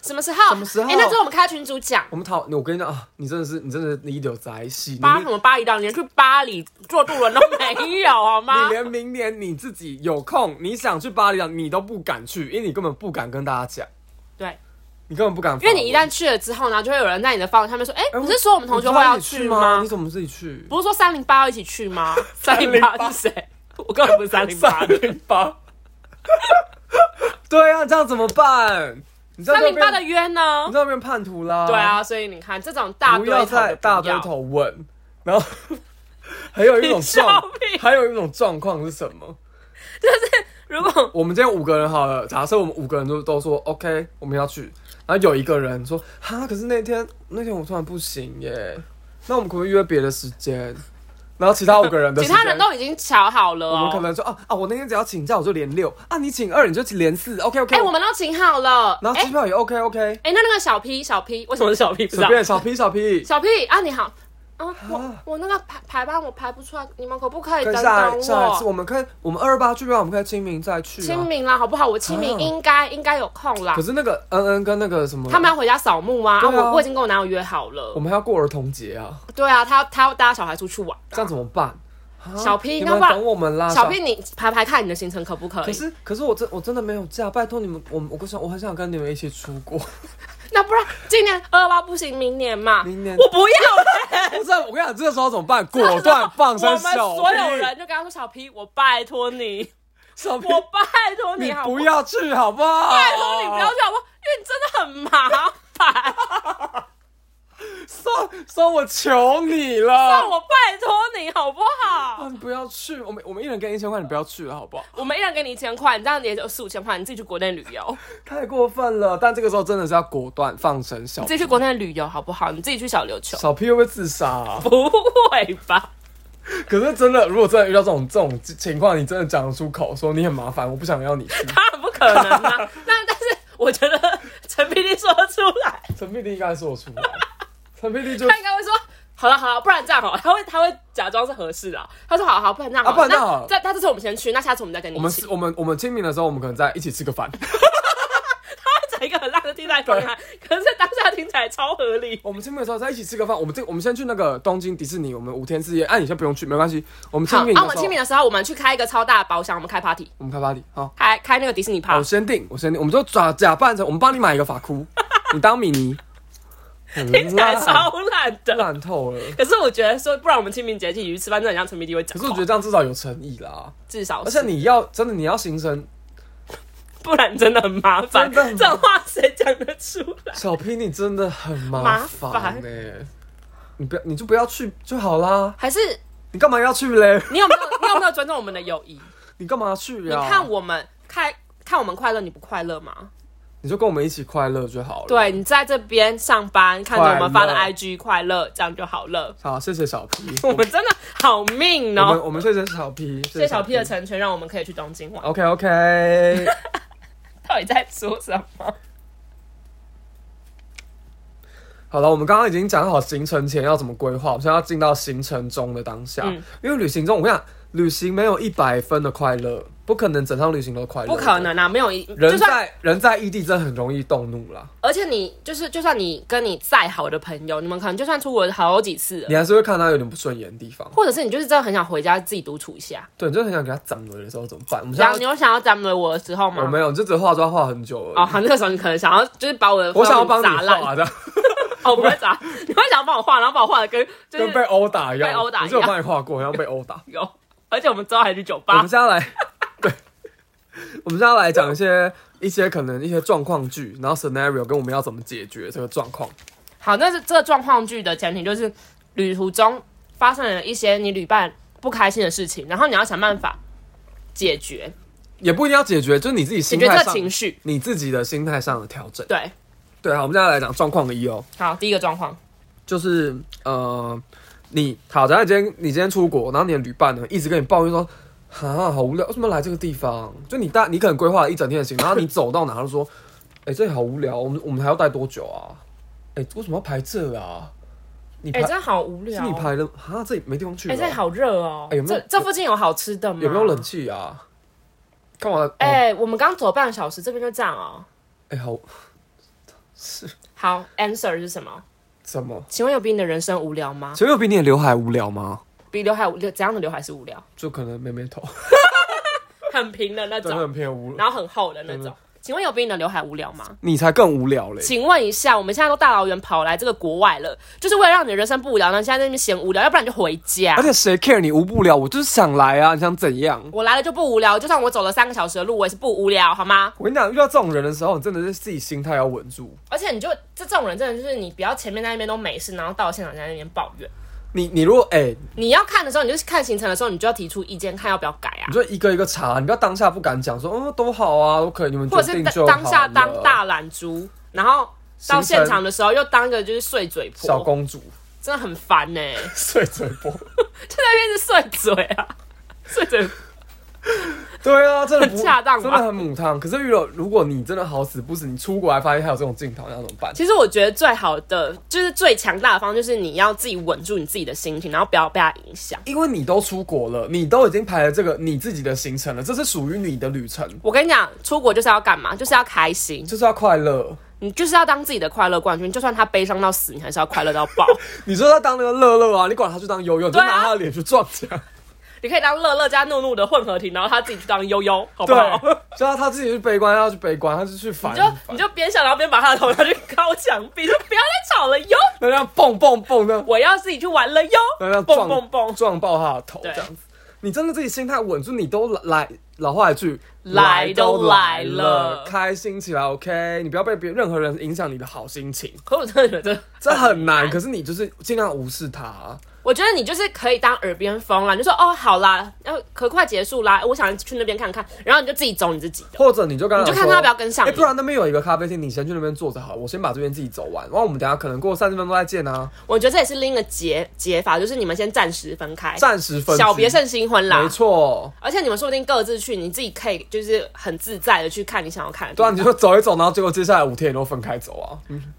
Speaker 2: 什么时候？什
Speaker 1: 么时候
Speaker 2: 哎、那之后我们开群组讲。
Speaker 1: 我们讨，我跟你讲啊，你真的是你真的是你有在戏，你
Speaker 2: 巴什么巴厘岛，你连去巴黎坐渡轮都 没有好吗？
Speaker 1: 你连明年你自己有空，你想去巴厘岛，你都不敢去，因为你根本不敢跟大家讲，
Speaker 2: 对，
Speaker 1: 你根本不敢发
Speaker 2: 因
Speaker 1: 文。
Speaker 2: 为你一旦去了之后呢，就会有人在你的方上面说：“哎、
Speaker 1: 哎
Speaker 2: 不是说我们同学会要去吗？
Speaker 1: 你怎么自己去？
Speaker 2: 不是说三零八要一起去 吗？三零八
Speaker 1: 308
Speaker 2: 是谁？ 我根本不是三零八
Speaker 1: 三
Speaker 2: 的。
Speaker 1: 零八， 对啊，这样怎么办？你知道
Speaker 2: 三零八的
Speaker 1: 你
Speaker 2: 约呢
Speaker 1: 知？道变叛徒啦。
Speaker 2: 对，啊，所以你看这种大
Speaker 1: 不
Speaker 2: 堆
Speaker 1: 要
Speaker 2: 头
Speaker 1: 在
Speaker 2: 的
Speaker 1: 大
Speaker 2: 不
Speaker 1: 堆
Speaker 2: 要
Speaker 1: 头问，然后 还有一种
Speaker 2: 你笑
Speaker 1: 状
Speaker 2: 屁，
Speaker 1: 还有一种状况是什么？
Speaker 2: 如果
Speaker 1: 我们今天五个人好了，假设我们五个人都都说 OK，我们要去，然后有一个人说哈，可是那天那天我突然不行耶，那我们可不可以约别的时间？然后其他五个人的
Speaker 2: 其
Speaker 1: 时
Speaker 2: 他
Speaker 1: 间
Speaker 2: 人都已经瞧好了
Speaker 1: 我们可
Speaker 2: 哦，
Speaker 1: 能说啊啊，我那天只要请假我就连六啊，你请二你就连四，OK OK，
Speaker 2: 哎、我们都请好了，
Speaker 1: 然后
Speaker 2: 哎
Speaker 1: 机票也 OK OK，
Speaker 2: 哎、那那个小 P 小 P 为什么是小 P？不知
Speaker 1: 随
Speaker 2: 道
Speaker 1: 便小 P 小 P，
Speaker 2: 小 P 啊，你好。啊，我
Speaker 1: 啊
Speaker 2: 我那个排排班我排不出来，你们可不可以
Speaker 1: 跟
Speaker 2: 等
Speaker 1: 下来
Speaker 2: 等
Speaker 1: 下一次
Speaker 2: 我？
Speaker 1: 我们可以我们二二八去吧，我们可以清明再去
Speaker 2: 清
Speaker 1: 啊。
Speaker 2: 明啦，好不好？我清明
Speaker 1: 啊
Speaker 2: 应该、应该有空啦
Speaker 1: 可。是那个恩恩跟那个什么，
Speaker 2: 他们要回家扫墓啊，啊
Speaker 1: 嗯对啊
Speaker 2: 我我已经跟我男友约好
Speaker 1: 我
Speaker 2: 了。
Speaker 1: 们还要过儿童节啊，
Speaker 2: 对啊，他他要带他小孩出去玩。
Speaker 1: 这样怎么办？啊
Speaker 2: 小 P，
Speaker 1: 你
Speaker 2: 那
Speaker 1: 们
Speaker 2: 不然
Speaker 1: 等我们啦，
Speaker 2: 小 P，你排排看你的行程可不可
Speaker 1: 啊可
Speaker 2: 以？
Speaker 1: 是可是我真我真的没有假，拜托你们，我我我想我很想跟你们一起出国。
Speaker 2: 那不然今年二八不行，明年嘛。
Speaker 1: 明年
Speaker 2: 我不要了。
Speaker 1: 我真的我跟你讲，这个时候怎么办？ 果断放
Speaker 2: 我
Speaker 1: 生
Speaker 2: 们
Speaker 1: 小
Speaker 2: 所有
Speaker 1: P，
Speaker 2: 人就跟他说：“小 P，我拜托你，
Speaker 1: 小 P，
Speaker 2: 我拜托
Speaker 1: 你
Speaker 2: 好
Speaker 1: 不
Speaker 2: 好，
Speaker 1: 要去好不好？啊
Speaker 2: 拜托你不要去好不好？因为你真的很麻烦。
Speaker 1: 送送我求你了，
Speaker 2: 那我拜托你好不好？
Speaker 1: 啊，你不要去，我们我们一人给你一千块，你不要去了，好不好？
Speaker 2: 我们一人给你一千块，你这样也就四五千块，你自己去国内旅游，
Speaker 1: 太过分了，但这个时候真的是要果断放生小
Speaker 2: 你自己去国内旅游好不好？你自己去小琉球，
Speaker 1: 小 P 会不会自杀、啊？
Speaker 2: 不会吧？
Speaker 1: 可是真的，如果真的遇到这种这种情况，你真的讲得出口，说你很麻烦，我 不想要你去，
Speaker 2: 当然不可能 啊。那但是我觉得陈 PD 说得出来，
Speaker 1: 陈碧丽应该说得出 来，陈碧丽就
Speaker 2: 他应该会说。好了好了，不然这样好了，他会他会假装是合适的啊，他说好好，不然这样好了，
Speaker 1: 啊不然这样好了
Speaker 2: 那这他这次我们先去，那下次我们再跟你
Speaker 1: 我
Speaker 2: 一
Speaker 1: 们
Speaker 2: 起。
Speaker 1: 我们我们清明的时候，我们可能在一起吃个饭，
Speaker 2: 他讲一个很烂的替代方案， 可是当下听起来超合理。
Speaker 1: 我们清明的时候在一起吃个饭，我们这我们先去那个东京迪士尼，我们五天四夜，哎、你先不用去，没关系，我们清明的时
Speaker 2: 啊，
Speaker 1: 候，
Speaker 2: 我们清明的时候，我们去开一个超大的包厢，我们开 party，
Speaker 1: 我们开 party 好。
Speaker 2: 开开那个迪士尼
Speaker 1: 好
Speaker 2: party。
Speaker 1: 我先定，我先定，我们就假假扮成，我们帮你买一个发箍， 你当米妮，很
Speaker 2: 听起来超
Speaker 1: 烂
Speaker 2: 烂的。
Speaker 1: 烂透了。
Speaker 2: 可是我觉得说，不然我们清明节一起去吃饭，真的很像陈明迪会讲
Speaker 1: 可
Speaker 2: 话。
Speaker 1: 是我觉得这样至少有诚意啦，
Speaker 2: 至少
Speaker 1: 而
Speaker 2: 是
Speaker 1: 且，你要真的你要形成
Speaker 2: 不然真的很麻烦。
Speaker 1: 真的很麻烦
Speaker 2: 这种话谁讲得出来？
Speaker 1: 小 P，你真的很麻烦
Speaker 2: 麻
Speaker 1: 呢、你不要，你就不要去就好啦。
Speaker 2: 还是
Speaker 1: 你干嘛要去嘞？
Speaker 2: 你有没有你有没有尊重我们的友谊？
Speaker 1: 你干嘛要去
Speaker 2: 你
Speaker 1: 呀、
Speaker 2: 看我们开看我们快乐，你不快乐吗？
Speaker 1: 你就跟我们一起快乐就好了。，
Speaker 2: 对你在这边上班，看着我们发的
Speaker 1: 快乐
Speaker 2: IG 快乐，这样就好了。
Speaker 1: 好，谢谢小 P。
Speaker 2: 我们真的好命
Speaker 1: 我
Speaker 2: 哦、
Speaker 1: 们我们谢谢小 P，谢
Speaker 2: 谢谢小 P 的成全，让我们可以去东京玩。
Speaker 1: OK OK，
Speaker 2: 到底在说什么？
Speaker 1: 好了，我们刚刚已经讲好行程前要怎么规划，我们现在要进到行程中的当下。
Speaker 2: 嗯
Speaker 1: 因为旅行中，我跟你讲，旅行没有一百分的快乐，不可能整趟旅行都快乐，
Speaker 2: 不可。能啊，没有一就
Speaker 1: 人
Speaker 2: 算
Speaker 1: 在人在异地真的很容易动怒啦，
Speaker 2: 而且你就是，就算你跟你再好的朋友，你们可能就算出国好几次了
Speaker 1: 你还是会看他有点不顺眼的地方。
Speaker 2: 或者是你就是真的很想回家自己独处一下。
Speaker 1: 对，你就很想给他掌了的时候怎么办？我们现
Speaker 2: 然后
Speaker 1: 在
Speaker 2: 你有想要咱们我的时候
Speaker 1: 我
Speaker 2: 吗？
Speaker 1: 没有，你就只是化妆化很久而
Speaker 2: 哦，
Speaker 1: 已。
Speaker 2: 好，那个时候你可能想要就是把我的
Speaker 1: 我想要帮你
Speaker 2: 砸烂，
Speaker 1: 化的，
Speaker 2: 哦，不会 砸，你会想要帮我画，然后把我画的跟就
Speaker 1: 跟被
Speaker 2: 是
Speaker 1: 殴打一样。
Speaker 2: 被殴打
Speaker 1: 我
Speaker 2: 一样
Speaker 1: 就有帮你画过，然后被殴打。
Speaker 2: 有，而且我们之后还去酒
Speaker 1: 我
Speaker 2: 吧
Speaker 1: 们，现在来，对，我们现在来讲一些一些可能一些状况剧，然后 scenario 跟我们要怎么解决这个状况。
Speaker 2: 好，那是这个状况剧的前提就是旅途中发生了一些你旅伴不开心的事情，然后你要想办法解决
Speaker 1: 也不一定要解决，就是你自己
Speaker 2: 解
Speaker 1: 心
Speaker 2: 决这
Speaker 1: 态
Speaker 2: 个
Speaker 1: 上，
Speaker 2: 情绪。
Speaker 1: 你自己的心态上的调整。
Speaker 2: 对，
Speaker 1: 对，好，啊我们现在来讲状况一哦，
Speaker 2: 好，第一个状况，
Speaker 1: 就是呃，你好，假如你今天你今天出国，然后你的旅伴呢一直跟你抱怨说。啊，好无聊！为什么来这个地方？就你大，你可能规划了一整天的行程，然后你走到哪，他就说：“哎、这里好无聊，我们我们还要待多久啊？哎、为什么要排这啊？你排、
Speaker 2: 哎、真的好无聊、
Speaker 1: 是你排的啊？这里没地方去、哦
Speaker 2: 哎、这里好热哦、
Speaker 1: 哎有没有
Speaker 2: 这这附近有好吃的吗？
Speaker 1: 有没有冷？气啊？干嘛？哎、
Speaker 2: 哎、我们刚走半个小时，这边就这样哦、
Speaker 1: 哎、好，是
Speaker 2: 好，answer 是什么？
Speaker 1: 怎么？
Speaker 2: 请问有比你的人生无聊吗？
Speaker 1: 陈友比你的刘海无聊吗？
Speaker 2: 比刘海无怎样的刘海是无聊？
Speaker 1: 就可能妹妹 头，
Speaker 2: 很平的那
Speaker 1: 真的
Speaker 2: 种，
Speaker 1: 很偏无聊。
Speaker 2: 然后很厚的那
Speaker 1: 真
Speaker 2: 种
Speaker 1: 的。
Speaker 2: 请问有比你的刘海无聊吗？
Speaker 1: 你才更无聊嘞！
Speaker 2: 请问一下，我们现在都大老远跑来这个国外了，就是为了让你的人生不无聊，然后你现在在那边嫌无聊，要不然你就回家
Speaker 1: 而。且谁 care 你无不了？我就是想来啊！你想怎样？
Speaker 2: 我来了就不无聊，就算我走了三个小时的路，我也是不无聊，好吗？
Speaker 1: 我跟你讲，遇到这种人的时候，你真的是自己心态要稳住。
Speaker 2: 而且你就这这种人，真的就是你不要前面在那边都没事，然后到了现场在那边抱怨。
Speaker 1: 你你如果哎、
Speaker 2: 你要看的时候，你就是看行程的时候，你就要提出意见，看要不要改啊
Speaker 1: 你，就一个一个查，你不要当下不敢讲说，哦，都好啊，都可以，你们
Speaker 2: 或
Speaker 1: 决
Speaker 2: 者是
Speaker 1: 定
Speaker 2: 当
Speaker 1: 就好了
Speaker 2: 当下当大懒猪，然后到现场的时候又当一个就是碎嘴
Speaker 1: 小
Speaker 2: 婆，
Speaker 1: 公主
Speaker 2: 真的很烦呢、
Speaker 1: 碎嘴婆。
Speaker 2: 就在那边是碎嘴啊， 碎嘴
Speaker 1: 对啊，真的不
Speaker 2: 很恰当吧
Speaker 1: 真的很母汤。可是遇到如果你真的好死不死，你出国还发现还有这种镜头，那怎么办？
Speaker 2: 其实我觉得最好的就是最强大的方，就是你要自己稳住你自己的心情，然后不要被它影响。
Speaker 1: 因为你都出国了，你都已经排了这个你自己的行程了，这是属于你的旅程，
Speaker 2: 我跟你讲，出国就是要干嘛？就是要开心，
Speaker 1: 就是要快乐。
Speaker 2: 你就是要当自己的快乐冠军。就算他悲伤到死，你还是要快乐到 爆。
Speaker 1: 你说他当那个乐乐啊，你管他去当悠悠，你就
Speaker 2: 对啊
Speaker 1: 拿他的脸去撞墙。
Speaker 2: 你可以当乐乐加怒怒的混合体，然后他自己去当悠悠，好不好？，
Speaker 1: 就啊要他自己去悲观，他要去悲观，他就去
Speaker 2: 你
Speaker 1: 烦，
Speaker 2: 就你就边笑，然后边把他的头拿去高墙壁，说不要再吵了哟，
Speaker 1: 那这样蹦蹦蹦的，
Speaker 2: 我要自己去玩了哟，
Speaker 1: 那这样
Speaker 2: 蹦
Speaker 1: 撞
Speaker 2: 蹦蹦。
Speaker 1: 撞爆他的头
Speaker 2: 对
Speaker 1: 这样子。你真的自己心态稳住，你都来老话一句，
Speaker 2: 来都
Speaker 1: 来
Speaker 2: 来了
Speaker 1: 开心起来，OK？你不要被别任何人影响你的好心情，
Speaker 2: 可我真的觉得
Speaker 1: 这很难。可是你就是尽量无视它、
Speaker 2: 我觉得你就是可以当耳边风啦，你就说哦好啦，要可快结束啦，我想去那边看看，然后你就自己走你自己的。
Speaker 1: 或者你就刚刚
Speaker 2: 你就看他要不要跟上
Speaker 1: 哎、
Speaker 2: 你
Speaker 1: 不然那边有一个咖啡厅，你先去那边坐着好了，我先把这边自己走完，然后我们等一下可能过三十分钟再见啊，
Speaker 2: 我觉得这也是另一个解解法，就是你们先暂时分开，
Speaker 1: 暂时分居
Speaker 2: 哎小别胜新婚啦。
Speaker 1: 没，错。
Speaker 2: 而且你们说不定各自去，你自己可以就是很自在的去看你想要看的地
Speaker 1: 对啊，
Speaker 2: 方。
Speaker 1: 你就走一走，然后结果接下来五天你都分开走啊，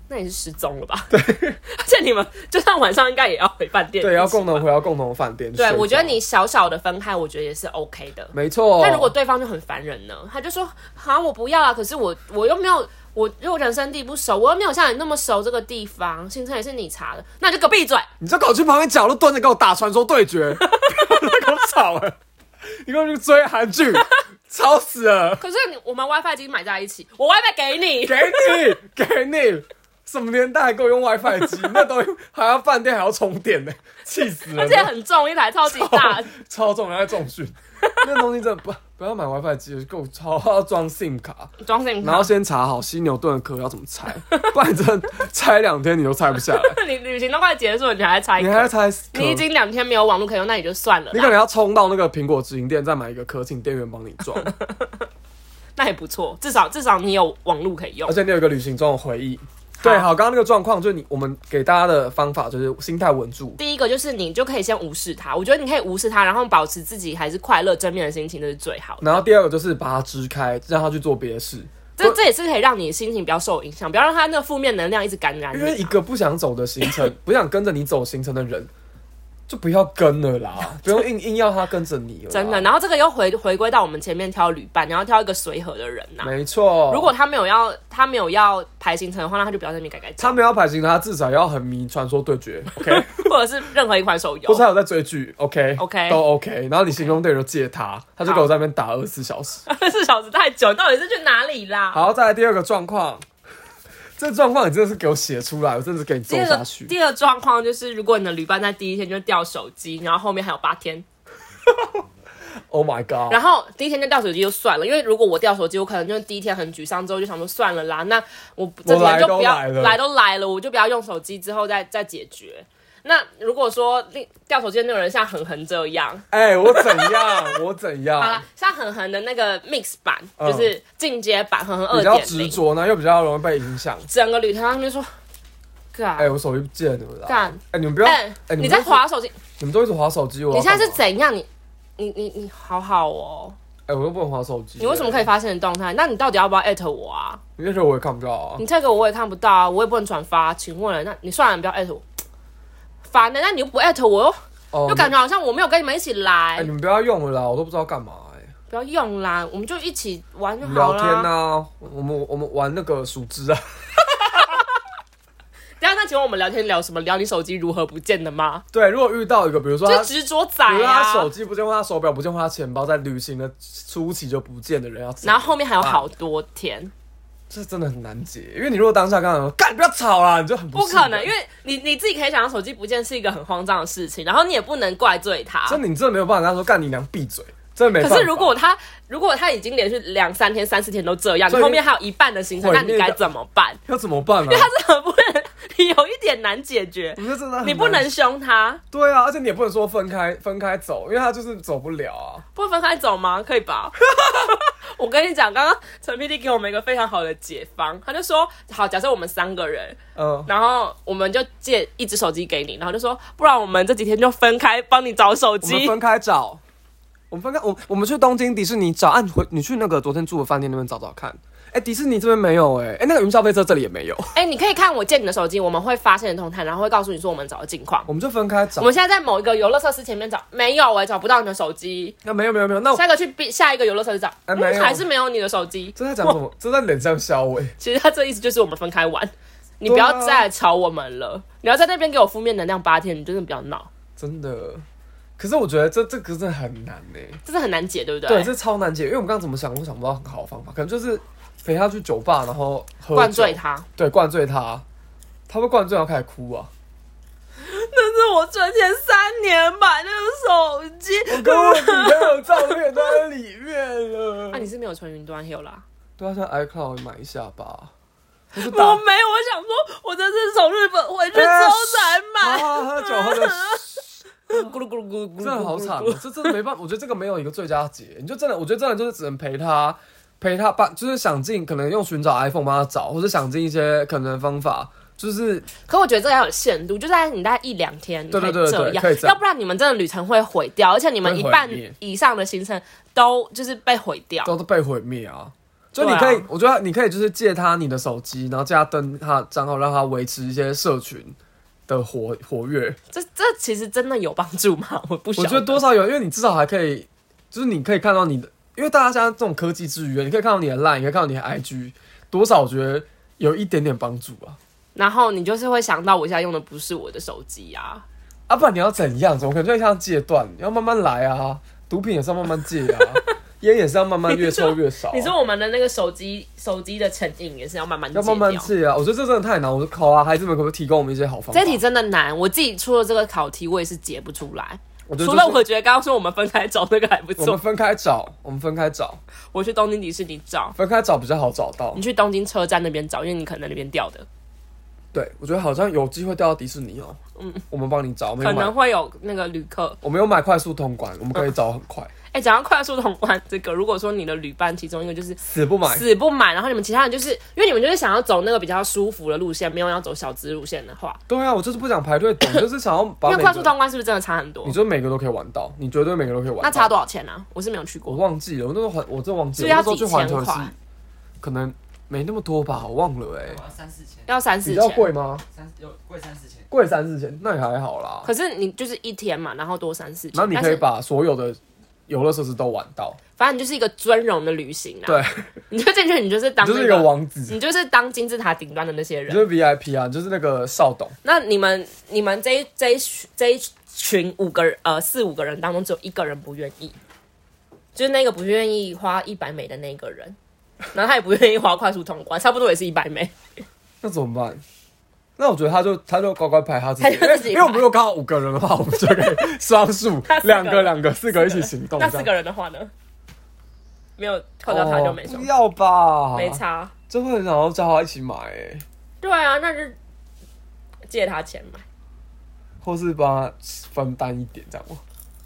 Speaker 2: 那你是失踪了吧？对， 而且你们就算晚上应该也要回饭店，
Speaker 1: 对，要
Speaker 2: 一起吧
Speaker 1: 共同回到共同饭店。
Speaker 2: 啊对，
Speaker 1: 睡
Speaker 2: 我觉得
Speaker 1: 觉
Speaker 2: 你小小的分开，我觉得也是 OK 的。
Speaker 1: 没错。
Speaker 2: 但如果对方就很烦人呢，他就说：“好，我不要啊，可是我我又没有，我因为我人生地不熟，我又没有像你那么熟这个地方，行程也是你查的，那你就给我 闭嘴。
Speaker 1: 你就给我去旁边角落蹲着，给我打传说对决， 不要给我吵了。你给我去追韩 剧，吵死了！”
Speaker 2: 可是你我们 WiFi 已经买在一起，我 WiFi 给你，
Speaker 1: 给你，给你，什么年代还给我用 WiFi 机？那东西还要饭店还要充电呢，气死人
Speaker 2: 而且
Speaker 1: 了！哦
Speaker 2: 很重，一台超级大，
Speaker 1: 超重，还在重训。那东西真的不不要买 WiFi 机，够超要装 SIM 卡，
Speaker 2: 装进去
Speaker 1: 然。后先查好犀牛盾的壳要怎么 拆，不然真的拆两天你都拆不下来，
Speaker 2: 你旅行都快结束了，你还在猜
Speaker 1: 你还要
Speaker 2: 壳？
Speaker 1: 拆壳。
Speaker 2: 你已经两天没有网络可以用，那也就算了
Speaker 1: 你可
Speaker 2: 啦，
Speaker 1: 能要冲到那个苹果直营店，再买一个壳，请店员帮你装，
Speaker 2: 那也不错，至少至少你有网络可以用
Speaker 1: 而。且你有一个旅行中的回忆。对，好，刚刚那个状况就是你我们给大家的方法就是心态稳住，
Speaker 2: 第一个就是你就可以先无视他，我觉得你可以无视他，然后保持自己还是快乐正面的心情，这是最好的。
Speaker 1: 然后第二个就是把它支开，让他去做别的事，
Speaker 2: 这这也是可以让你心情不要受影响，不要让他那个负面能量一直感染
Speaker 1: 因为一
Speaker 2: 你。
Speaker 1: 个不想走的行 程，不想跟着你走行程的人，就不要跟了 啦，不用硬硬要他跟着你了啦，
Speaker 2: 真的，然后这个又回回归到我们前面挑旅伴，然后挑一个随和的人呐、
Speaker 1: 没错。
Speaker 2: 如果他没有要他没有要排行程的话，那他就不要在那边改改
Speaker 1: 他
Speaker 2: 唱，
Speaker 1: 没有排行程，他至少要很迷传说对 决，OK，
Speaker 2: 或者是任何一款手
Speaker 1: 或是啊
Speaker 2: 游。
Speaker 1: 他有在追剧，OK
Speaker 2: OK
Speaker 1: 都 OK。然后你行动队就借他，他就给我在那边打二十四小时。
Speaker 2: 二十小时太久，到底是去哪里啦？
Speaker 1: 好，再来第二个状况， 这状况你真的是给我写出来，我真的是给你
Speaker 2: 第
Speaker 1: 揍
Speaker 2: 二
Speaker 1: 下
Speaker 2: 个
Speaker 1: 去。
Speaker 2: 第二个状况就是，如果你的旅伴在第一天就掉手机，然后后面还有八天，
Speaker 1: Oh my god！
Speaker 2: 然后第一天就掉手机就算了，因为如果我掉手机，我可能就是第一天很沮丧，之后就想说算了啦，那我这几天就不要
Speaker 1: 我来都来了
Speaker 2: 来都来了，我就不要用手机，之后再再解决。那如果说另掉手机的那个人像恒恒这样，
Speaker 1: 哎、我怎样？ 我怎
Speaker 2: 好
Speaker 1: 样
Speaker 2: 啦？，像恒恒的那个 mix 版，
Speaker 1: 嗯
Speaker 2: 就是进阶版恒恒二
Speaker 1: 比较
Speaker 2: 点
Speaker 1: 执
Speaker 2: 零，
Speaker 1: 着呢，又比较容易被影响。
Speaker 2: 整个旅程上面说，
Speaker 1: 哎、
Speaker 2: 干
Speaker 1: 我手机不见了啦！哎
Speaker 2: 干、
Speaker 1: 你们不要！哎、
Speaker 2: 哎，
Speaker 1: 你
Speaker 2: 你
Speaker 1: 们
Speaker 2: 在
Speaker 1: 都一直，
Speaker 2: 划手机，
Speaker 1: 你们都一直划手机，我要
Speaker 2: 你现在是
Speaker 1: 干嘛
Speaker 2: 怎样？你你你你好好哦，
Speaker 1: 哎、我又不能划手机。哎
Speaker 2: 你为什么可以？发现你动态？那你到底要不要艾特我啊？
Speaker 1: 因为这我也看不到啊。
Speaker 2: 你这个我也看不到啊，我也不能转发。请问了，那你算了，你不要艾特我，烦的、那你又不艾特我，
Speaker 1: 哦
Speaker 2: 又又感觉好像我没有跟你们一起来，
Speaker 1: 哎、你们不要用了啦，我都不知道干嘛、哎，
Speaker 2: 不要用啦，我们就一起玩就好
Speaker 1: 聊
Speaker 2: 啦。
Speaker 1: 天呐、我们我们玩那个数枝啊，
Speaker 2: 等一下那请问我们聊天聊什么？聊你手机如何不见的吗？
Speaker 1: 对，如果遇到一个，比如说他
Speaker 2: 就执着仔
Speaker 1: 比如他手
Speaker 2: 啊。
Speaker 1: 机不见或他手表不见或他钱包在旅行的初期就不见的人要怎么办，
Speaker 2: 然后后面还有好多天，
Speaker 1: 啊这真的很难解，因为你如果当下跟他说干不要吵啦，你就很不
Speaker 2: 不
Speaker 1: 适应
Speaker 2: 可能，因为你你自己可以想象手机不见是一个很慌张的事情，然后你也不能怪罪他。
Speaker 1: 真的你真的没有办法跟他说干你娘闭嘴，真的没办法。
Speaker 2: 可是如果他如果他已经连续两三天、三四天都这样，
Speaker 1: 所以
Speaker 2: 你后面还有一半的行程，
Speaker 1: 毁
Speaker 2: 那
Speaker 1: 灭
Speaker 2: 你该
Speaker 1: 掉
Speaker 2: 怎么办？
Speaker 1: 要怎么办呢、
Speaker 2: 他是很不能，你有一点难解决
Speaker 1: 我，觉得真的很
Speaker 2: 你不
Speaker 1: 难
Speaker 2: 能凶他，
Speaker 1: 对啊，而且你也不能说分开分开走，因为他就是走不了啊。
Speaker 2: 不分开走吗？可以吧？ 我跟你讲，刚刚陈 PD 给我们一个非常好的解方，他就说，好，假设我们三个人，
Speaker 1: 嗯，
Speaker 2: 然后我们就借一只手机给你，然后就说，不然我们这几天就分开帮你找手
Speaker 1: 我们
Speaker 2: 机。
Speaker 1: 分开找，我们分开，我我们去东京迪士尼找，啊，你回你去那个昨天住的饭店那边找找看。哎、迪士尼这边没有哎、哎、那个云霄飞车这里也没有，
Speaker 2: 哎、你可以看我借你的手机，我们会发现的动态，然后会告诉你说我们找的近况。
Speaker 1: 我们就分开找
Speaker 2: 我。们现在在某一个游乐设施前面找，没有，我也找不到你的手机。
Speaker 1: 那、没有没有没有，那我
Speaker 2: 下一个去 B 下一个游乐设施找，
Speaker 1: 哎没有
Speaker 2: 嗯还是没有你的手机。
Speaker 1: 这在讲什么？这在脸上哎消委。
Speaker 2: 其实他这意思就是我们分开玩，你不要再来吵我们了。你要在那边给我负面能量八天，你真的不要闹，
Speaker 1: 真的。可是我觉得这这个真的很难哎呢、
Speaker 2: 这是很难解，对不对？
Speaker 1: 对，这超难解，因为我们刚刚怎么想，我想不到很好的方法，可能就是陪他去酒吧，然后喝酒
Speaker 2: 灌醉，他，
Speaker 1: 对，灌醉他，他会灌醉然后开始哭啊，
Speaker 2: 那是我存钱三年买那个手机。
Speaker 1: 我跟我女朋友照片都在里面 了。
Speaker 2: 啊，你是没有存云端 Hill 啦？
Speaker 1: 对啊，像 iCloud 买一下吧。我是
Speaker 2: 我
Speaker 1: 打
Speaker 2: 没有，我想说，我这次从日本回去之后才买。
Speaker 1: 啊，喝酒喝的，
Speaker 2: 咕噜咕噜咕噜咕噜，
Speaker 1: 真的好惨哦，这真的没办法。我觉得这个没有一个最佳解，你就真的，我觉得真的就是只能陪他，陪他办，就是想尽可能用寻找 iPhone 帮他找，或者想尽一些可能的方法，就是
Speaker 2: 可我觉得这个要有限度，就在你大概一两天，你
Speaker 1: 对
Speaker 2: 可以
Speaker 1: 对对对
Speaker 2: 这
Speaker 1: 可以
Speaker 2: 样
Speaker 1: 这，样
Speaker 2: 要不然你们真的旅程会毁掉，而且你们
Speaker 1: 会
Speaker 2: 一
Speaker 1: 毁
Speaker 2: 半
Speaker 1: 灭
Speaker 2: 以上的行程都就是被毁掉。
Speaker 1: 都是被毁灭啊。就
Speaker 2: 对
Speaker 1: 你
Speaker 2: 啊
Speaker 1: 可以，我觉得你可以就是借他你的手机，然后借他登他的账号，让他维持一些社群的活活跃。
Speaker 2: 这这其实真的有帮助吗？ 我不晓
Speaker 1: 我觉得
Speaker 2: 得。
Speaker 1: 多少有，因为你至少还可以，就是你可以看到你的，因为大家现在这种科技之余，你可以看到你的 Line，你可以看到你的 IG，多少我觉得有一点点帮助啊。
Speaker 2: 然后你就是会想到，我现在用的不是我的手机啊。
Speaker 1: 啊，不然你要怎样？怎么可能就像戒断？要慢慢来啊，毒品也是要慢慢戒 啊，烟也是要慢慢越抽越少啊、
Speaker 2: 你说我们的那个手机手机的成瘾也是要慢慢戒
Speaker 1: 要
Speaker 2: 掉。
Speaker 1: 慢慢戒啊？我觉得这真的太难。我说考啊，孩子们可不可以提供我们一些好方法？
Speaker 2: 这题真的难，我自己出了这个考题，我也是解不出来。
Speaker 1: 我觉得、
Speaker 2: 除
Speaker 1: 就是、
Speaker 2: 了我觉得刚刚说我们分开找那个还不
Speaker 1: 我们
Speaker 2: 错，
Speaker 1: 分开找，我们分开找，
Speaker 2: 我去东京迪士尼找，
Speaker 1: 分开找比较好找到
Speaker 2: 你。去东京车站那边找，因为你可能在那边掉的，
Speaker 1: 对，我觉得好像有机会掉到迪士尼哦、嗯，我们帮你找，我们
Speaker 2: 可
Speaker 1: 有买
Speaker 2: 能会有那个旅客。
Speaker 1: 我没有买快速通关，我们可以找很快，
Speaker 2: 哎、讲到快速通关这个，如果说你的旅伴其中一个就是
Speaker 1: 死不买。
Speaker 2: 死不买，然后你们其他人就是因为你们就是想要走那个比较舒服的路线，没有要走小资路线的话，
Speaker 1: 对啊，我就是不想排队 等，就是想要把
Speaker 2: 因为
Speaker 1: 每
Speaker 2: 快速
Speaker 1: 个，
Speaker 2: 通关是不是真的差很多
Speaker 1: 你？就每个都可以玩到，你绝对每个都可以玩到。
Speaker 2: 那差多少钱啊？我是没有去
Speaker 1: 我
Speaker 2: 过，
Speaker 1: 忘记了，我那时候环，我真的忘记
Speaker 2: 是不
Speaker 1: 了，
Speaker 2: 是
Speaker 1: 我
Speaker 2: 要
Speaker 1: 那时候去
Speaker 2: 几
Speaker 1: 环
Speaker 2: 千
Speaker 1: 球是
Speaker 2: 块？
Speaker 1: 可能没那么多吧，我忘了哎、
Speaker 3: 我要三四千，
Speaker 2: 要三四
Speaker 1: 比较
Speaker 2: 千。
Speaker 1: 贵吗？
Speaker 3: 三有贵三四千。
Speaker 1: 贵三四千，那也还好啦。
Speaker 2: 可是你就是一天嘛，然后多三四千，
Speaker 1: 然后你可
Speaker 2: 但
Speaker 1: 以
Speaker 2: 是
Speaker 1: 把所有的游乐设施都玩到，
Speaker 2: 反正你就是一个尊荣的旅行啊。
Speaker 1: 对，
Speaker 2: 你就进去，你就是当、
Speaker 1: 你
Speaker 2: 那
Speaker 1: 就是一个王子，
Speaker 2: 你就是当金字塔顶端的那些
Speaker 1: 你
Speaker 2: 人。
Speaker 1: 就是 VIP 啊，你就是那个少董。
Speaker 2: 那你们你们这一这一这一群五个人呃四五个人当中，只有一个人不愿意，就是那个不愿意花一百美的那个人，然后他也不愿意花快速通关，差不多也是一百美。
Speaker 1: 那怎么办？那我觉得他就他就乖乖排他自己，
Speaker 2: 他就自己
Speaker 1: 因为因
Speaker 2: 排
Speaker 1: 为我们如果刚好五个人的话，我们就可 以双数
Speaker 2: 他四个
Speaker 1: 两个两个四个一起行动。
Speaker 2: 那
Speaker 1: 这
Speaker 2: 四
Speaker 1: 样
Speaker 2: 个人的话呢？没有扣掉他就没
Speaker 1: 哦
Speaker 2: 什
Speaker 1: 不
Speaker 2: 么，
Speaker 1: 要吧，
Speaker 2: 没，差。
Speaker 1: 就会想要叫他一起买、欸，
Speaker 2: 对啊，那就借他钱买。
Speaker 1: 或是帮他分担一点这样吗？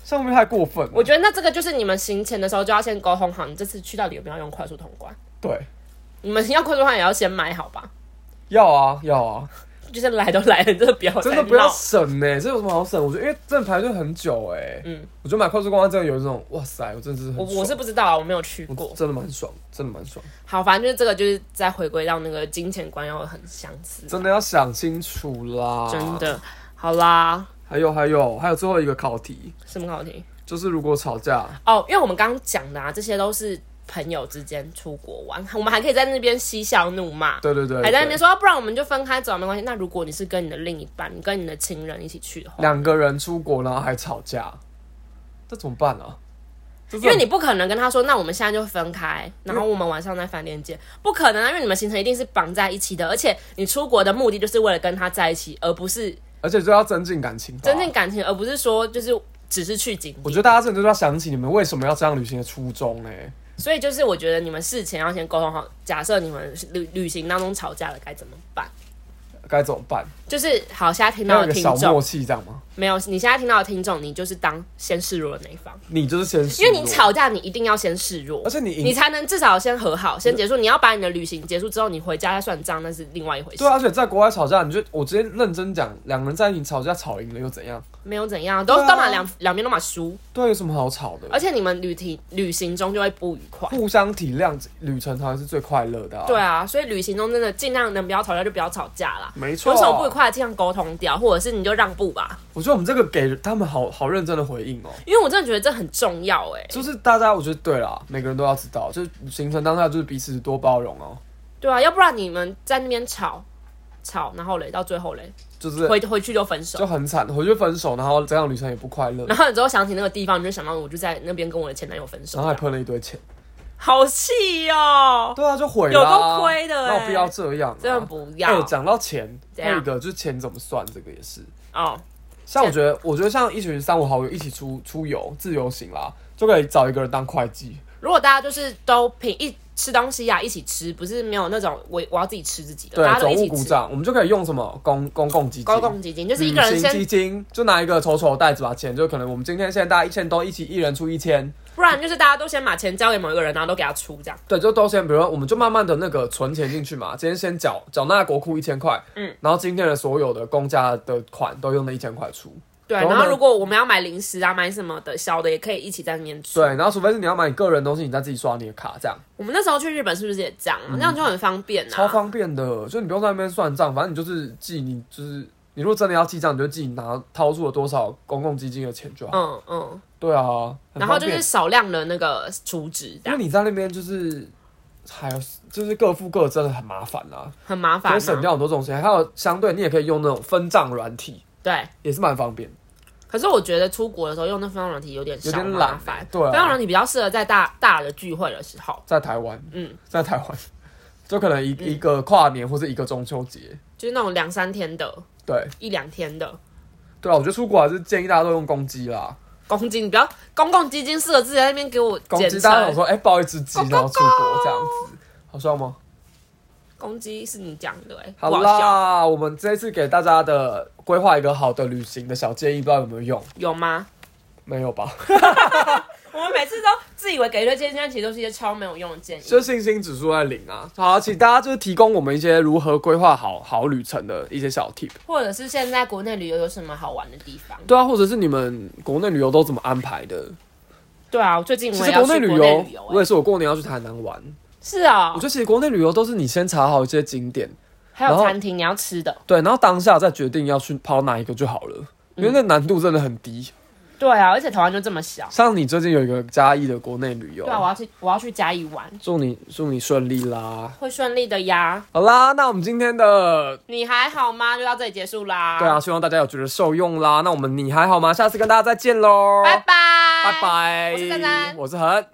Speaker 1: 上面太过分啊了，
Speaker 2: 我觉得那这个就是你们行前的时候就要先沟通好，你这次去到底有没有用快速通关？
Speaker 1: 对，
Speaker 2: 你们要快速通关也要先买好吧？
Speaker 1: 要啊要啊，
Speaker 2: 就是来都来了，你真的不要再
Speaker 1: 真的不要
Speaker 2: 闹
Speaker 1: 省呢、欸，这有什么好省？我觉得因为真的排队很久哎、欸，
Speaker 2: 嗯，
Speaker 1: 我觉得买快速公关真的有一种哇塞，我真的是很
Speaker 2: 我
Speaker 1: 爽
Speaker 2: 我是不知道啊，我没有去过
Speaker 1: 我。真的蛮爽，真的蛮爽，
Speaker 2: 好，反正就是这个，就是再回归到那个金钱观要很相似，
Speaker 1: 真的要啊想清楚啦，
Speaker 2: 真。的。好啦，
Speaker 1: 还有还有还有最后一个考题，
Speaker 2: 什么考题？
Speaker 1: 就是如果吵架，
Speaker 2: 哦，因为我们刚刚讲的啊，这些都是朋友之间出国玩，我们还可以在那边嬉笑怒骂，
Speaker 1: 对对对，
Speaker 2: 还在那
Speaker 1: 对
Speaker 2: 边说、啊不然我们就分开走没关系。那如果你是跟你的另一半，你跟你的亲人一起去的话，
Speaker 1: 两个人出国然后还吵架，这怎么办啊？因
Speaker 2: 因为你不可能跟他说，那我们现在就分开，然后我们晚上在饭店见，不可能啊，因为你们行程一定是绑在一起的，而且你出国的目的就是为了跟他在一起，而不是
Speaker 1: 而且就要增进感情吧，
Speaker 2: 真正感情，而不是说就是只是去景
Speaker 1: 啊我
Speaker 2: 点
Speaker 1: 觉。得大家真的就是要想起你们为什么要这样旅行的初衷哎、
Speaker 2: 所以就是我觉得你们事前要先沟通好，假设你们旅旅行当中吵架了该怎么办？
Speaker 1: 该怎么办？
Speaker 2: 就是好，现在听
Speaker 1: 要
Speaker 2: 到
Speaker 1: 有
Speaker 2: 的
Speaker 1: 个
Speaker 2: 听
Speaker 1: 小默
Speaker 2: 众
Speaker 1: 契这样吗？
Speaker 2: 没有，你现在听到的听众，你就是当先示弱的那一方，
Speaker 1: 你就是先示
Speaker 2: 因
Speaker 1: 弱，
Speaker 2: 为你吵架，你一定要先示弱
Speaker 1: 而，且你
Speaker 2: 你
Speaker 1: 赢，
Speaker 2: 才能至少先和好，先结束。你要把你的旅行结束之后，你回家再算账，那是另外一回事
Speaker 1: 对。啊，而且在国外吵架，你就我直接认真讲，两个人在一起吵架吵赢了又怎样？
Speaker 2: 没有怎样，都
Speaker 1: 对啊
Speaker 2: 都嘛两两边都嘛输，
Speaker 1: 对啊，有什么好吵的？
Speaker 2: 而且你们旅行旅行中就会不愉快。
Speaker 1: 互相体谅，旅程才是最快乐的、啊。
Speaker 2: 对，啊，所以旅行中真的尽量能不要吵架就不要吵架啦。
Speaker 1: 没错。
Speaker 2: 有什么不愉快，尽量沟通掉，或者是你就让步吧。
Speaker 1: 我觉得我们这个给他们好好认真的回应哦、
Speaker 2: 因为我真的觉得这很重要哎、
Speaker 1: 就是大家，我觉得对啦，每个人都要知道，就是行程当下就是彼此多包容哦、
Speaker 2: 对啊，要不然你们在那边吵吵，然后嘞，到最后嘞，
Speaker 1: 就是
Speaker 2: 回回去就分
Speaker 1: 就
Speaker 2: 手，
Speaker 1: 很惨，回去分手，然后这样旅程也不快乐，
Speaker 2: 然后你之后想起那个地方，你就想到我就在那边跟我的前男友分手
Speaker 1: 然后，还喷了一堆钱。
Speaker 2: 好气哦、
Speaker 1: 对啊，就毁了、
Speaker 2: 有够亏的欸
Speaker 1: 那我不要这样、啊，
Speaker 2: 真的不
Speaker 1: 哎
Speaker 2: 要
Speaker 1: 讲到钱，
Speaker 2: 怎
Speaker 1: 还
Speaker 2: 样
Speaker 1: 有一个就是钱怎么算，这个也是，
Speaker 2: 哦。
Speaker 1: 像我觉得，我觉得像一群三五好友一起出出游自由行啦，就可以找一个人当会计。
Speaker 2: 如果大家就是都平一吃东西呀、啊一起吃，不是没有那种我我要自己吃自己的，
Speaker 1: 对
Speaker 2: 大，家都
Speaker 1: 总
Speaker 2: 一
Speaker 1: 务
Speaker 2: 起
Speaker 1: 股
Speaker 2: 吃。
Speaker 1: 长，我们就可以用什么公公共基金、
Speaker 2: 高共基金就是一个
Speaker 1: 隐
Speaker 2: 人
Speaker 1: 形
Speaker 2: 先
Speaker 1: 基，金，就拿一个丑丑的袋子把钱，就可能我们今天现在大家一千多，一起一人出一千，
Speaker 2: 不然就是大家都先把钱交给某一个人，然后都给他出这样。
Speaker 1: 对，就都先，比如说我们就慢慢的那个存钱进去嘛，今天先缴缴纳国库一千块，
Speaker 2: 嗯，
Speaker 1: 然后今天的所有的公家的款都用那一千块出，
Speaker 2: 对，啊
Speaker 1: 然后
Speaker 2: 然
Speaker 1: 呢
Speaker 2: 后如果我们要买零食啊、买什么的小的，也可以一起在那边吃。
Speaker 1: 对，，然后除非是你要买你个人的东西，你再自己刷你的卡，这样
Speaker 2: 我们那时候去日本是不是也这样？那样就很方便啊。
Speaker 1: 超方便的，就你不用在那边算账，反正你就是记你就是。你如果真的要记账，你就记你拿掏出了多少公共基金的钱就好。
Speaker 2: 嗯嗯，
Speaker 1: 对啊，很
Speaker 2: 然后
Speaker 1: 方
Speaker 2: 就
Speaker 1: 便
Speaker 2: 是少量的那个储值，这
Speaker 1: 因为
Speaker 2: 样
Speaker 1: 你在那边就是还有就是各付各，真的很麻烦啦、
Speaker 2: 很麻
Speaker 1: 啊，
Speaker 2: 烦、
Speaker 1: 可
Speaker 2: 啊。
Speaker 1: 以省掉很多种钱。还有相对你也可以用那种分账软体，
Speaker 2: 对，
Speaker 1: 也是蛮方便的。
Speaker 2: 可是我觉得出国的时候用那分享软体有点
Speaker 1: 有
Speaker 2: 小
Speaker 1: 点
Speaker 2: 麻
Speaker 1: 懒
Speaker 2: 烦，
Speaker 1: 对啊
Speaker 2: 分享软体比较适合在大大的聚会的时候，
Speaker 1: 在台湾，
Speaker 2: 嗯，
Speaker 1: 在台湾，就可能一、一个跨年或是一个中秋节，
Speaker 2: 就是那种两三天的、
Speaker 1: 对
Speaker 2: 一两天的。
Speaker 1: 对啊，我觉得出国还是建议大家都用公鸡啦，
Speaker 2: 公斤，你不要公共基金四个字在那边给我
Speaker 1: 公
Speaker 2: 简
Speaker 1: 鸡大家想
Speaker 2: 称。
Speaker 1: 说，哎、抱一只鸡然后出国这样子，好笑吗？
Speaker 2: 公鸡是你讲的哎、欸，
Speaker 1: 好
Speaker 2: 不笑
Speaker 1: 啦，我们这次给大家的规划一个好的旅行的小建议，不知道有没有用？
Speaker 2: 有吗？
Speaker 1: 没有吧？
Speaker 2: 我们每次都自以为给一堆建议，但其实都是一些超没有用的建议。
Speaker 1: 就信心指数在零啊。好啊，请大家就是提供我们一些如何规划好好旅程的一些小 tip。
Speaker 2: 或者是现在国内旅游有什么好玩的地方？
Speaker 1: 对啊，或者是你们国内旅游都怎么安排的？
Speaker 2: 对啊，我最近
Speaker 1: 其
Speaker 2: 我
Speaker 1: 实
Speaker 2: 也要
Speaker 1: 国内
Speaker 2: 去
Speaker 1: 旅
Speaker 2: 国
Speaker 1: 游，
Speaker 2: 内旅游、
Speaker 1: 我
Speaker 2: 欸，
Speaker 1: 也是我过年要去台南玩。
Speaker 2: 是啊、
Speaker 1: 我觉得其实国内旅游都是你先查好一些景点，
Speaker 2: 还有
Speaker 1: 然后
Speaker 2: 餐厅你要吃的，
Speaker 1: 对，然后当下再决定要去跑哪一个就好了。因
Speaker 2: 嗯
Speaker 1: 为那难度真的很低，
Speaker 2: 对啊，而且台湾就这么小，
Speaker 1: 像你最近有一个嘉义的国内旅游
Speaker 2: 对，啊，我要去我要去嘉义玩，
Speaker 1: 祝你祝你顺利啦！
Speaker 2: 会顺利的呀。
Speaker 1: 好啦，那我们今天的
Speaker 2: 你还好吗？就到这里结束啦。
Speaker 1: 对啊，，希望大家有觉得受用啦。那我们你还好吗？下次跟大家再见喽，
Speaker 2: 拜拜，
Speaker 1: 拜拜。
Speaker 2: 我是珊珊
Speaker 1: 我是恒。